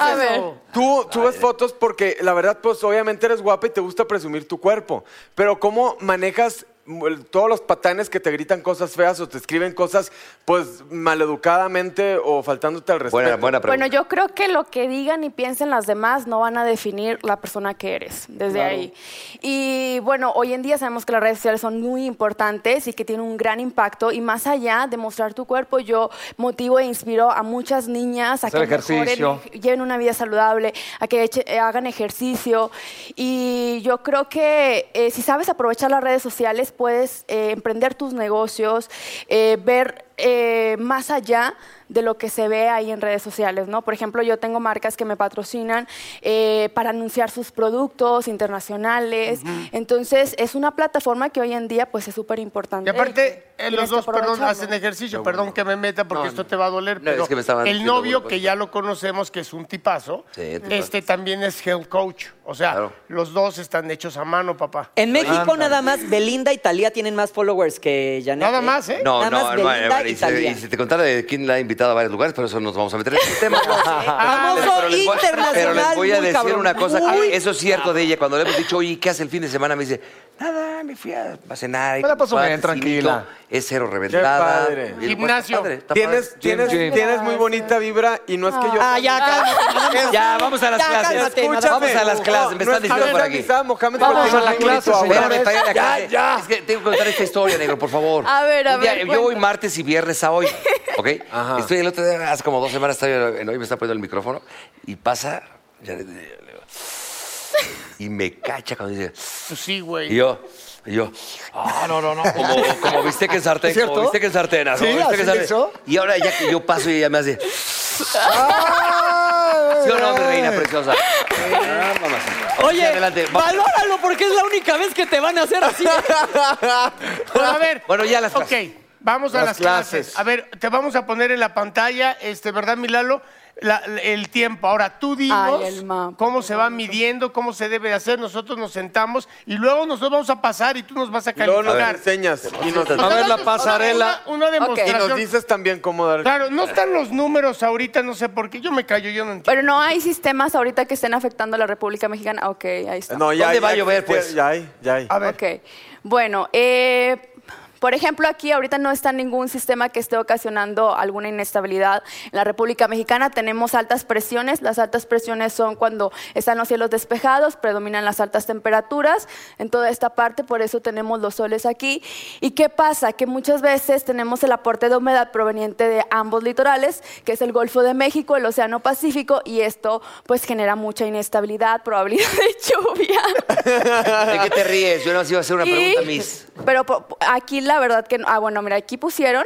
Speaker 13: A ver.
Speaker 9: Entonces, tú subes fotos porque la verdad, pues obviamente eres guapa y te gusta presumir tu cuerpo. Pero ¿cómo manejas mm, el- todos los patanes que te gritan cosas feas o te escriben cosas, pues, maleducadamente o faltándote al respeto?
Speaker 3: Buena, buena pregunta.
Speaker 13: Bueno, yo creo que lo que digan y piensen las demás no van a definir la persona que eres desde
Speaker 9: Claro.
Speaker 13: ahí. Y bueno, hoy en día sabemos que las redes sociales son muy importantes y que tienen un gran impacto. Y más allá de mostrar tu cuerpo, yo motivo e inspiro a muchas niñas a
Speaker 6: Hacer
Speaker 13: que mejoren,
Speaker 6: ejercicio.
Speaker 13: lleven una vida saludable, a que eche- eh, hagan ejercicio. Y yo creo que eh, si sabes aprovechar las redes sociales, puedes eh, emprender tus negocios, eh, ver eh, más allá de lo que se ve ahí en redes sociales, ¿no? Por ejemplo, yo tengo marcas que me patrocinan eh, para anunciar sus productos internacionales. Entonces, es una plataforma que hoy en día, pues, es súper importante.
Speaker 5: Y aparte,
Speaker 13: que
Speaker 5: eh,
Speaker 13: tienes
Speaker 5: los
Speaker 13: que
Speaker 5: dos, perdón,
Speaker 13: aprovecharlo.
Speaker 5: hacen ejercicio, perdón que me meta porque
Speaker 3: No,
Speaker 5: esto te va a doler,
Speaker 3: No,
Speaker 5: pero
Speaker 3: es que me estaban
Speaker 5: el
Speaker 3: diciendo
Speaker 5: novio,
Speaker 3: una
Speaker 5: que
Speaker 3: cosa.
Speaker 5: ya lo conocemos, que es un tipazo,
Speaker 3: Sí, tipazo.
Speaker 5: este también es health coach. O sea, los dos están hechos a mano, papá.
Speaker 8: En México nada más Belinda y Talía tienen más followers que Janet.
Speaker 5: Nada más, ¿eh?
Speaker 3: No,
Speaker 8: Nada
Speaker 3: no,
Speaker 8: más
Speaker 3: no,
Speaker 8: Belinda
Speaker 3: no,
Speaker 8: y
Speaker 3: y, si,
Speaker 8: Thalía.
Speaker 3: y si te contara de quién la ha invitado a varios lugares, pero eso nos vamos a meter en el tema.
Speaker 8: Famoso
Speaker 3: voy-
Speaker 8: internacional,
Speaker 3: pero les voy a
Speaker 8: muy
Speaker 3: decir
Speaker 8: cabrón.
Speaker 3: una cosa, que
Speaker 8: Muy
Speaker 3: eso es cierto de ella. Cuando le hemos dicho, oye, ¿qué hace el fin de semana? Me dice, nada, me fui a, a cenar. y
Speaker 11: Me la paso
Speaker 3: cuates,
Speaker 11: bien, tranquila.
Speaker 3: cinito, Es cero reventada.
Speaker 9: padre.
Speaker 3: Y, pues,
Speaker 9: Gimnasio.
Speaker 3: está padre, está
Speaker 9: Tienes-
Speaker 3: padre.
Speaker 9: tienes- Gym, gym. tienes muy bonita vibra y no es que yo-
Speaker 8: Ah, ya, cálmate.
Speaker 9: Es-
Speaker 8: Ya, vamos a las
Speaker 9: Ya,
Speaker 8: clases.
Speaker 9: cálmate,
Speaker 8: Escúchame.
Speaker 9: nada más.
Speaker 8: Vamos a las clases, me están
Speaker 9: No, no es
Speaker 8: diciendo por
Speaker 9: Javier
Speaker 8: aquí.
Speaker 9: Amizada, Mohamed
Speaker 8: Vamos
Speaker 9: Martínez,
Speaker 8: a la
Speaker 9: muy bonito
Speaker 8: clase,
Speaker 9: ahora.
Speaker 3: Espérame, está bien acá.
Speaker 9: Ya, ya.
Speaker 3: Es que tengo que contar esta historia, negro, por favor.
Speaker 13: A ver, a
Speaker 3: Un día-
Speaker 13: ver,
Speaker 3: Yo voy
Speaker 13: cuenta.
Speaker 3: martes y viernes a hoy, ¿ok? Estoy el otro día, hace como dos semanas, estaba en hoy, me está poniendo el micrófono y pasa. ya le- le- le- y me cacha cuando dice.
Speaker 5: Pues sí, güey.
Speaker 3: Y yo, y yo, ah, no, no, no. Como, como viste que en sartén,
Speaker 5: ¿Es cierto?
Speaker 3: como viste que en sartén, como
Speaker 5: Sí,
Speaker 3: bistec
Speaker 5: así
Speaker 3: en sartén.
Speaker 5: le hizo.
Speaker 3: Y ahora ya que yo paso y ella me hace. ¿Sí o no, mi reina preciosa? Ah, mamacita.
Speaker 8: Oye,
Speaker 3: Sí, adelante, vamos.
Speaker 8: valóralo porque es la única vez que te van a hacer así. ¿eh?
Speaker 5: Bueno, a ver.
Speaker 3: Ah, Bueno, ya las
Speaker 5: Ok,
Speaker 3: clases.
Speaker 5: vamos a
Speaker 3: Las
Speaker 5: las clases.
Speaker 3: clases.
Speaker 5: A ver, te vamos a poner en la pantalla, este, ¿verdad, Milalo? La- la- el tiempo. Ahora, tú dinos
Speaker 13: Ay, el mapa,
Speaker 5: cómo se va midiendo, cómo se debe de hacer. Nosotros nos sentamos y luego nosotros vamos a pasar y tú nos vas a
Speaker 9: Luego nos
Speaker 5: calificar.
Speaker 9: enseñas. Y nos,
Speaker 5: A ver la pasarela. Una- una
Speaker 9: Y
Speaker 5: demostración.
Speaker 9: nos dices también cómo dar.
Speaker 5: Claro, no están los números ahorita, no sé por qué. Yo me callo, yo no entiendo.
Speaker 13: Pero no hay sistemas ahorita que estén afectando a la República Mexicana. Ok, ahí está.
Speaker 9: No, ya,
Speaker 3: ¿Dónde va a
Speaker 9: ya,
Speaker 3: llover, pues?
Speaker 9: Ya, ya hay, ya hay.
Speaker 5: A ver.
Speaker 13: Ok. Bueno, eh, por ejemplo, aquí ahorita no está ningún sistema que esté ocasionando alguna inestabilidad. En la República Mexicana tenemos altas presiones. Las altas presiones son cuando están los cielos despejados, predominan las altas temperaturas en toda esta parte, por eso tenemos los soles aquí. ¿Y qué pasa? Que muchas veces tenemos el aporte de humedad proveniente de ambos litorales, que es el Golfo de México, el Océano Pacífico, y esto pues genera mucha inestabilidad, probabilidad de lluvia.
Speaker 3: ¿De qué te ríes? Yo no iba a hacer una
Speaker 13: Y-
Speaker 3: pregunta, Miss.
Speaker 13: Pero po- po- aquí la verdad que no. Ah, bueno, mira, aquí pusieron,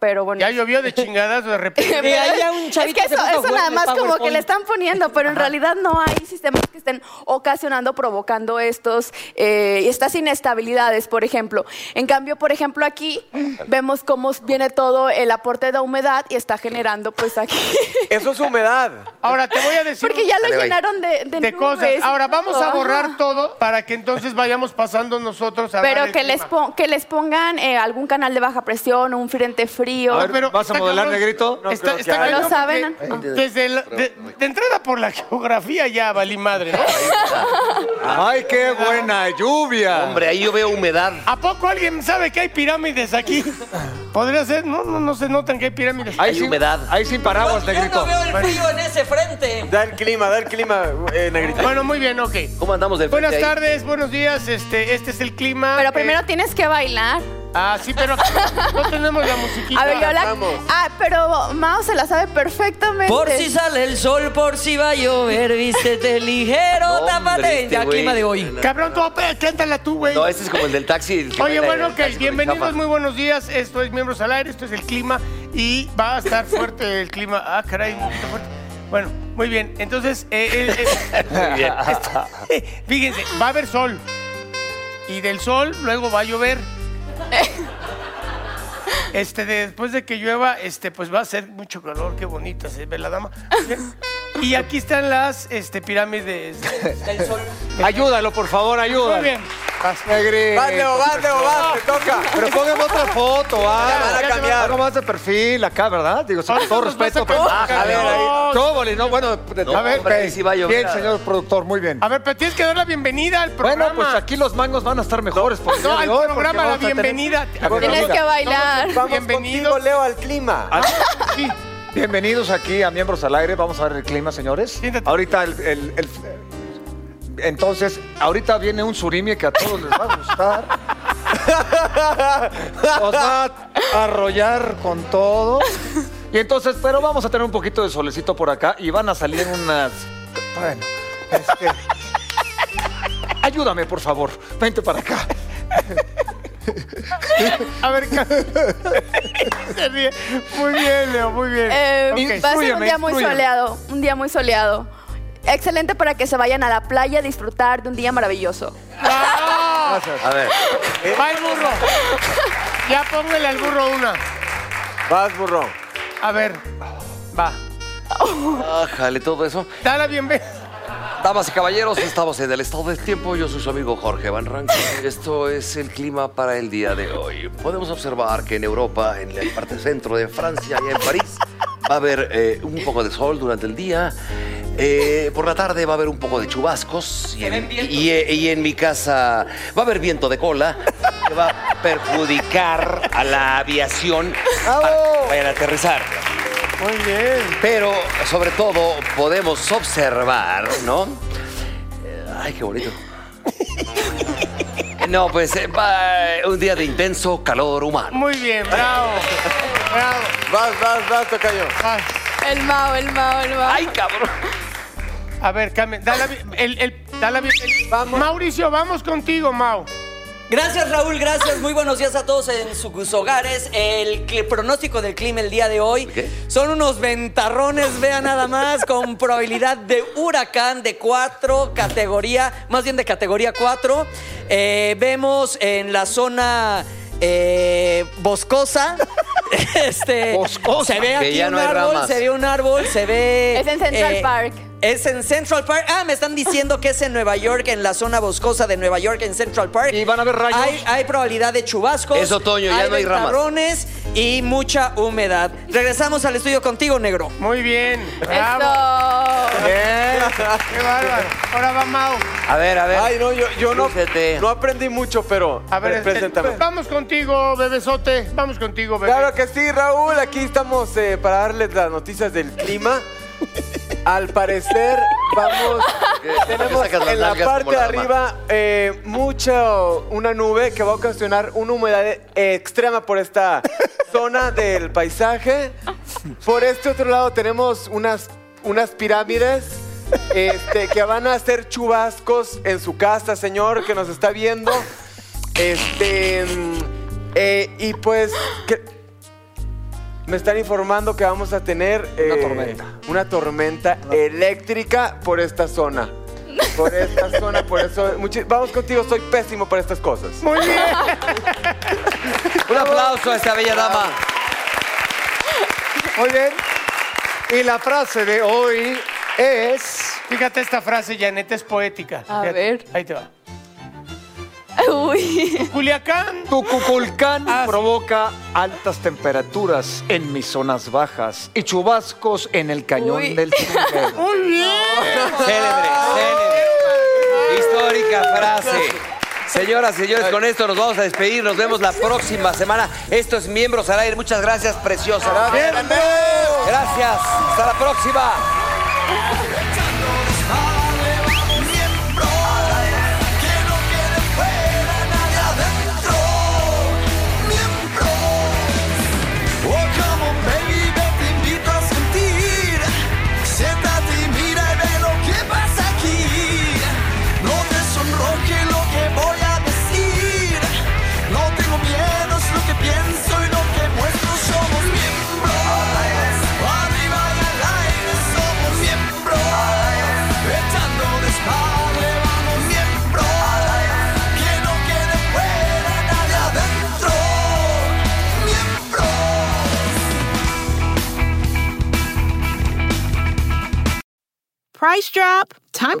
Speaker 13: pero bueno.
Speaker 5: Ya llovió de chingadas de repente.
Speaker 13: Pero- es que eso, eso nada más como que le están poniendo, pero en realidad no hay sistemas que estén ocasionando, provocando estos, eh, estas inestabilidades, por ejemplo. En cambio, por ejemplo, aquí vemos cómo viene todo el aporte de humedad y está generando, pues aquí.
Speaker 9: Eso es humedad.
Speaker 5: Ahora te voy a decir.
Speaker 13: Porque ya
Speaker 3: Dale,
Speaker 13: lo
Speaker 3: bye.
Speaker 13: llenaron de, de
Speaker 5: de cosas.
Speaker 13: nubes y
Speaker 5: Ahora vamos
Speaker 13: todo.
Speaker 5: a borrar
Speaker 13: Ajá.
Speaker 5: todo para que entonces vayamos pasando nosotros a dar
Speaker 13: Pero
Speaker 5: el
Speaker 13: que les,
Speaker 5: clima.
Speaker 13: pon- que les pongan eh, algún canal de baja presión o un frente frío.
Speaker 5: No, pero
Speaker 11: ¿vas a
Speaker 5: está
Speaker 11: modelar,
Speaker 5: cabrón.
Speaker 11: negrito? No
Speaker 5: está
Speaker 11: creo que
Speaker 5: está
Speaker 11: haya.
Speaker 5: cabrón
Speaker 13: Lo saben.
Speaker 5: porque Desde la- de, de entrada por la geografía ya valí madre, ¿no?
Speaker 11: ¡Ay, qué buena lluvia!
Speaker 3: Hombre, ahí yo veo humedad.
Speaker 5: ¿A poco alguien sabe que hay pirámides aquí? Podría ser, no, no, no se notan que hay pirámides.
Speaker 3: Hay humedad.
Speaker 11: Ahí sin paraguas, negrito.
Speaker 8: el frío en ese frente.
Speaker 9: Da el clima, da el clima, eh, negrito.
Speaker 5: Bueno, muy bien, ok.
Speaker 3: ¿Cómo andamos de frente
Speaker 5: Buenas
Speaker 3: ahí?
Speaker 5: tardes, buenos días, este, este es el clima.
Speaker 13: Pero
Speaker 5: eh,
Speaker 13: primero tienes que bailar.
Speaker 5: ah, sí, pero no tenemos la musiquita.
Speaker 13: A ver, yo la... Ah, pero Mao se la sabe perfectamente.
Speaker 8: Por si sale el sol, por si va a llover, vístete ligero,
Speaker 3: Hombre,
Speaker 8: tápate.
Speaker 3: este
Speaker 8: Ya,
Speaker 3: güey.
Speaker 8: clima de hoy.
Speaker 5: Cabrón, tú apé- cántala tú, güey.
Speaker 3: No, este es como el del taxi. el que
Speaker 5: Oye,
Speaker 3: baila
Speaker 5: bueno,
Speaker 3: el
Speaker 5: ok,
Speaker 3: taxi con
Speaker 5: bienvenidos,
Speaker 3: chafa.
Speaker 5: muy buenos días. Esto es Miembros al Aire, esto es el clima y va a estar fuerte el clima. Ah, caray, un poquito fuerte. Bueno, muy bien, entonces, eh, el- el-
Speaker 3: Muy bien.
Speaker 5: eh, fíjense, va a haber sol y del sol luego va a llover. Este, después de que llueva, este, pues va a ser mucho calor, qué bonita se ve la dama. Y aquí están las este, pirámides.
Speaker 8: El sol.
Speaker 11: Ayúdalo, por favor, ayúdalo.
Speaker 5: Muy bien.
Speaker 11: Negri.
Speaker 9: Vas, Leo, vas, Leo, vas, te toca.
Speaker 11: Pero póngame otra foto,
Speaker 9: Ya van a
Speaker 11: ah.
Speaker 9: cambiar.
Speaker 11: Algo más de perfil acá, ¿verdad? Digo,
Speaker 5: Ahora
Speaker 11: con todo
Speaker 5: nos vas a
Speaker 11: respeto, pero.
Speaker 5: cambiar.
Speaker 11: Ah, a ver, ahí. Tóbole, no, bueno, de-
Speaker 3: No,
Speaker 11: a ver,
Speaker 3: hombre,
Speaker 11: ok.
Speaker 3: ahí sí va a llover.
Speaker 11: bien, señor productor, muy bien.
Speaker 5: A ver, pero tienes que dar la bienvenida al programa.
Speaker 11: Bueno, pues aquí los mangos van a estar mejores. por el día
Speaker 5: No,
Speaker 11: de
Speaker 5: al
Speaker 11: hoy, porque
Speaker 5: programa, la
Speaker 11: vamos a tener-
Speaker 5: bienvenida.
Speaker 11: La
Speaker 13: Tienes que
Speaker 11: bienvenida.
Speaker 13: bailar.
Speaker 9: Vamos
Speaker 5: Bienvenidos. Ah,
Speaker 9: contigo, Leo, al clima.
Speaker 5: Sí.
Speaker 11: Bienvenidos aquí a Miembros al Aire. Vamos a ver el clima, señores.
Speaker 5: Siéntate.
Speaker 11: Ahorita el, el- el- Entonces, ahorita viene un surimi que a todos les va a gustar. Nos va a arrollar con todo. Y entonces, pero vamos a tener un poquito de solecito por acá y van a salir unas. Bueno, este. Ayúdame, por favor. Vente para acá.
Speaker 5: A ver, ca- se ríe. Muy bien, Leo, muy bien.
Speaker 13: Eh,
Speaker 5: Ok.
Speaker 13: va a ser un día muy soleado, un día muy soleado. Excelente para que se vayan a la playa a disfrutar de un día maravilloso.
Speaker 3: A ver.
Speaker 5: Ah, Va el burro. Ya póngale al burro una.
Speaker 9: Vas, burro.
Speaker 5: A ver. Va.
Speaker 3: Ájale, todo eso.
Speaker 5: Da la bienvenida.
Speaker 3: Damas y caballeros, estamos en el estado del tiempo. Yo soy su amigo Jorge Van Rankin. Esto es el clima para el día de hoy. Podemos observar que en Europa, en la parte centro de Francia y en París, va a haber eh, un poco de sol durante el día. Eh, por la tarde va a haber un poco de chubascos. Y en, y, eh, y en mi casa va a haber viento de cola que va a perjudicar a la aviación para que vayan a aterrizar.
Speaker 5: Muy bien.
Speaker 3: Pero sobre todo podemos observar, ¿no? Eh, Ay, qué bonito. No, pues eh, va, eh, un día de intenso calor humano.
Speaker 5: Muy bien, bravo. Bravo.
Speaker 9: Vas, vas, vas, tocayo.
Speaker 13: El Mao, el Mao, el Mao.
Speaker 3: Ay, cabrón.
Speaker 5: A ver, Carmen, da la, bi- el, el- da la bi- el- Mauricio, vamos contigo, Mau.
Speaker 8: Gracias Raúl, gracias. Muy buenos días a todos en sus hogares. El cli- pronóstico del clima el día de hoy son unos ventarrones, vean nada más, con probabilidad de huracán de 4, categoría, más bien de categoría 4. vemos en la zona eh, boscosa. Este, Se ve
Speaker 3: Que
Speaker 8: aquí
Speaker 3: ya
Speaker 8: un
Speaker 3: no hay
Speaker 8: árbol,
Speaker 3: ramas.
Speaker 8: se ve un árbol, se ve...
Speaker 13: Es en Central
Speaker 8: eh,
Speaker 13: Park.
Speaker 8: Es en Central Park. Ah, me están diciendo que es en Nueva York, en la zona boscosa de Nueva York, en Central Park. Y van a ver rayos. Hay, hay probabilidad de chubascos.
Speaker 3: Es otoño, ya no hay ramas.
Speaker 8: ventarrones y mucha humedad. Regresamos al estudio contigo, negro.
Speaker 5: Muy bien.
Speaker 13: Eso.
Speaker 5: Qué bárbaro. Ahora va Mau.
Speaker 3: A ver, a ver.
Speaker 9: Ay, no, yo, yo no,
Speaker 3: Lúcete.
Speaker 9: no aprendí mucho, pero.
Speaker 5: A ver,
Speaker 9: pre- preséntame.
Speaker 5: eh, vamos contigo, bebesote. Vamos contigo, bebé.
Speaker 9: Claro que sí, Raúl. Aquí estamos eh, para darles las noticias del clima. Al parecer, vamos. Tenemos en la parte de arriba eh, mucho, una nube que va a ocasionar una humedad eh, extrema por esta zona del paisaje. Por este otro lado tenemos unas, unas pirámides este, que van a hacer chubascos en su casa, señor, que nos está viendo. Este, mm, eh, y pues... que- me están informando que vamos a tener eh,
Speaker 14: tormenta.
Speaker 9: una tormenta eléctrica por esta zona. Por esta zona, por eso. muchi- Vamos contigo, soy pésimo para estas cosas.
Speaker 5: Muy bien.
Speaker 8: Un aplauso a esta bella dama.
Speaker 6: Muy bien. Y la frase de hoy es...
Speaker 5: Fíjate esta frase, Janet, es poética.
Speaker 13: A
Speaker 5: Fíjate.
Speaker 13: ver.
Speaker 5: Ahí te va.
Speaker 13: Uy.
Speaker 5: Culiacán.
Speaker 6: Tucuculcán provoca altas temperaturas en mis zonas bajas y chubascos en el cañón
Speaker 13: Uy.
Speaker 6: del Chingüero.
Speaker 5: Muy bien.
Speaker 3: Célebre, célebre. Histórica frase. Señoras y señores, con esto nos vamos a despedir. Nos vemos la próxima semana. Esto es Miembros al Aire. Muchas gracias, preciosa. Gracias. Hasta la próxima.
Speaker 2: Oh, come on, baby, yo te invito a sentir. Siéntate y mira y ve lo que pasa aquí. No te sonroje lo que voy a decir. No tengo miedo, es lo que pienso y lo que muestro. Somos miembros. Arriba y al aire somos miembros. Echando desmadre, vamos miembros. Que no quede fuera nadie adentro. Miembros.
Speaker 15: Price drop? Time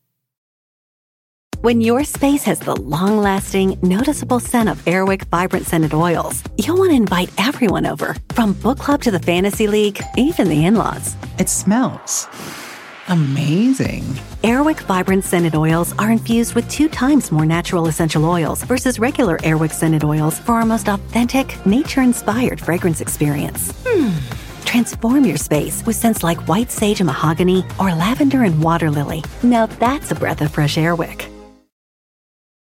Speaker 16: When your space has the long lasting, noticeable scent of Airwick Vibrant Scented Oils, you'll want to invite everyone over, from book club to the fantasy league, even the in laws. It smells amazing. Airwick Vibrant Scented Oils are infused with two times more natural essential oils versus regular Airwick Scented Oils for our most authentic, nature inspired fragrance experience. Hmm. Transform your space with scents like white sage and mahogany or lavender and water lily. Now that's a breath of fresh air wick.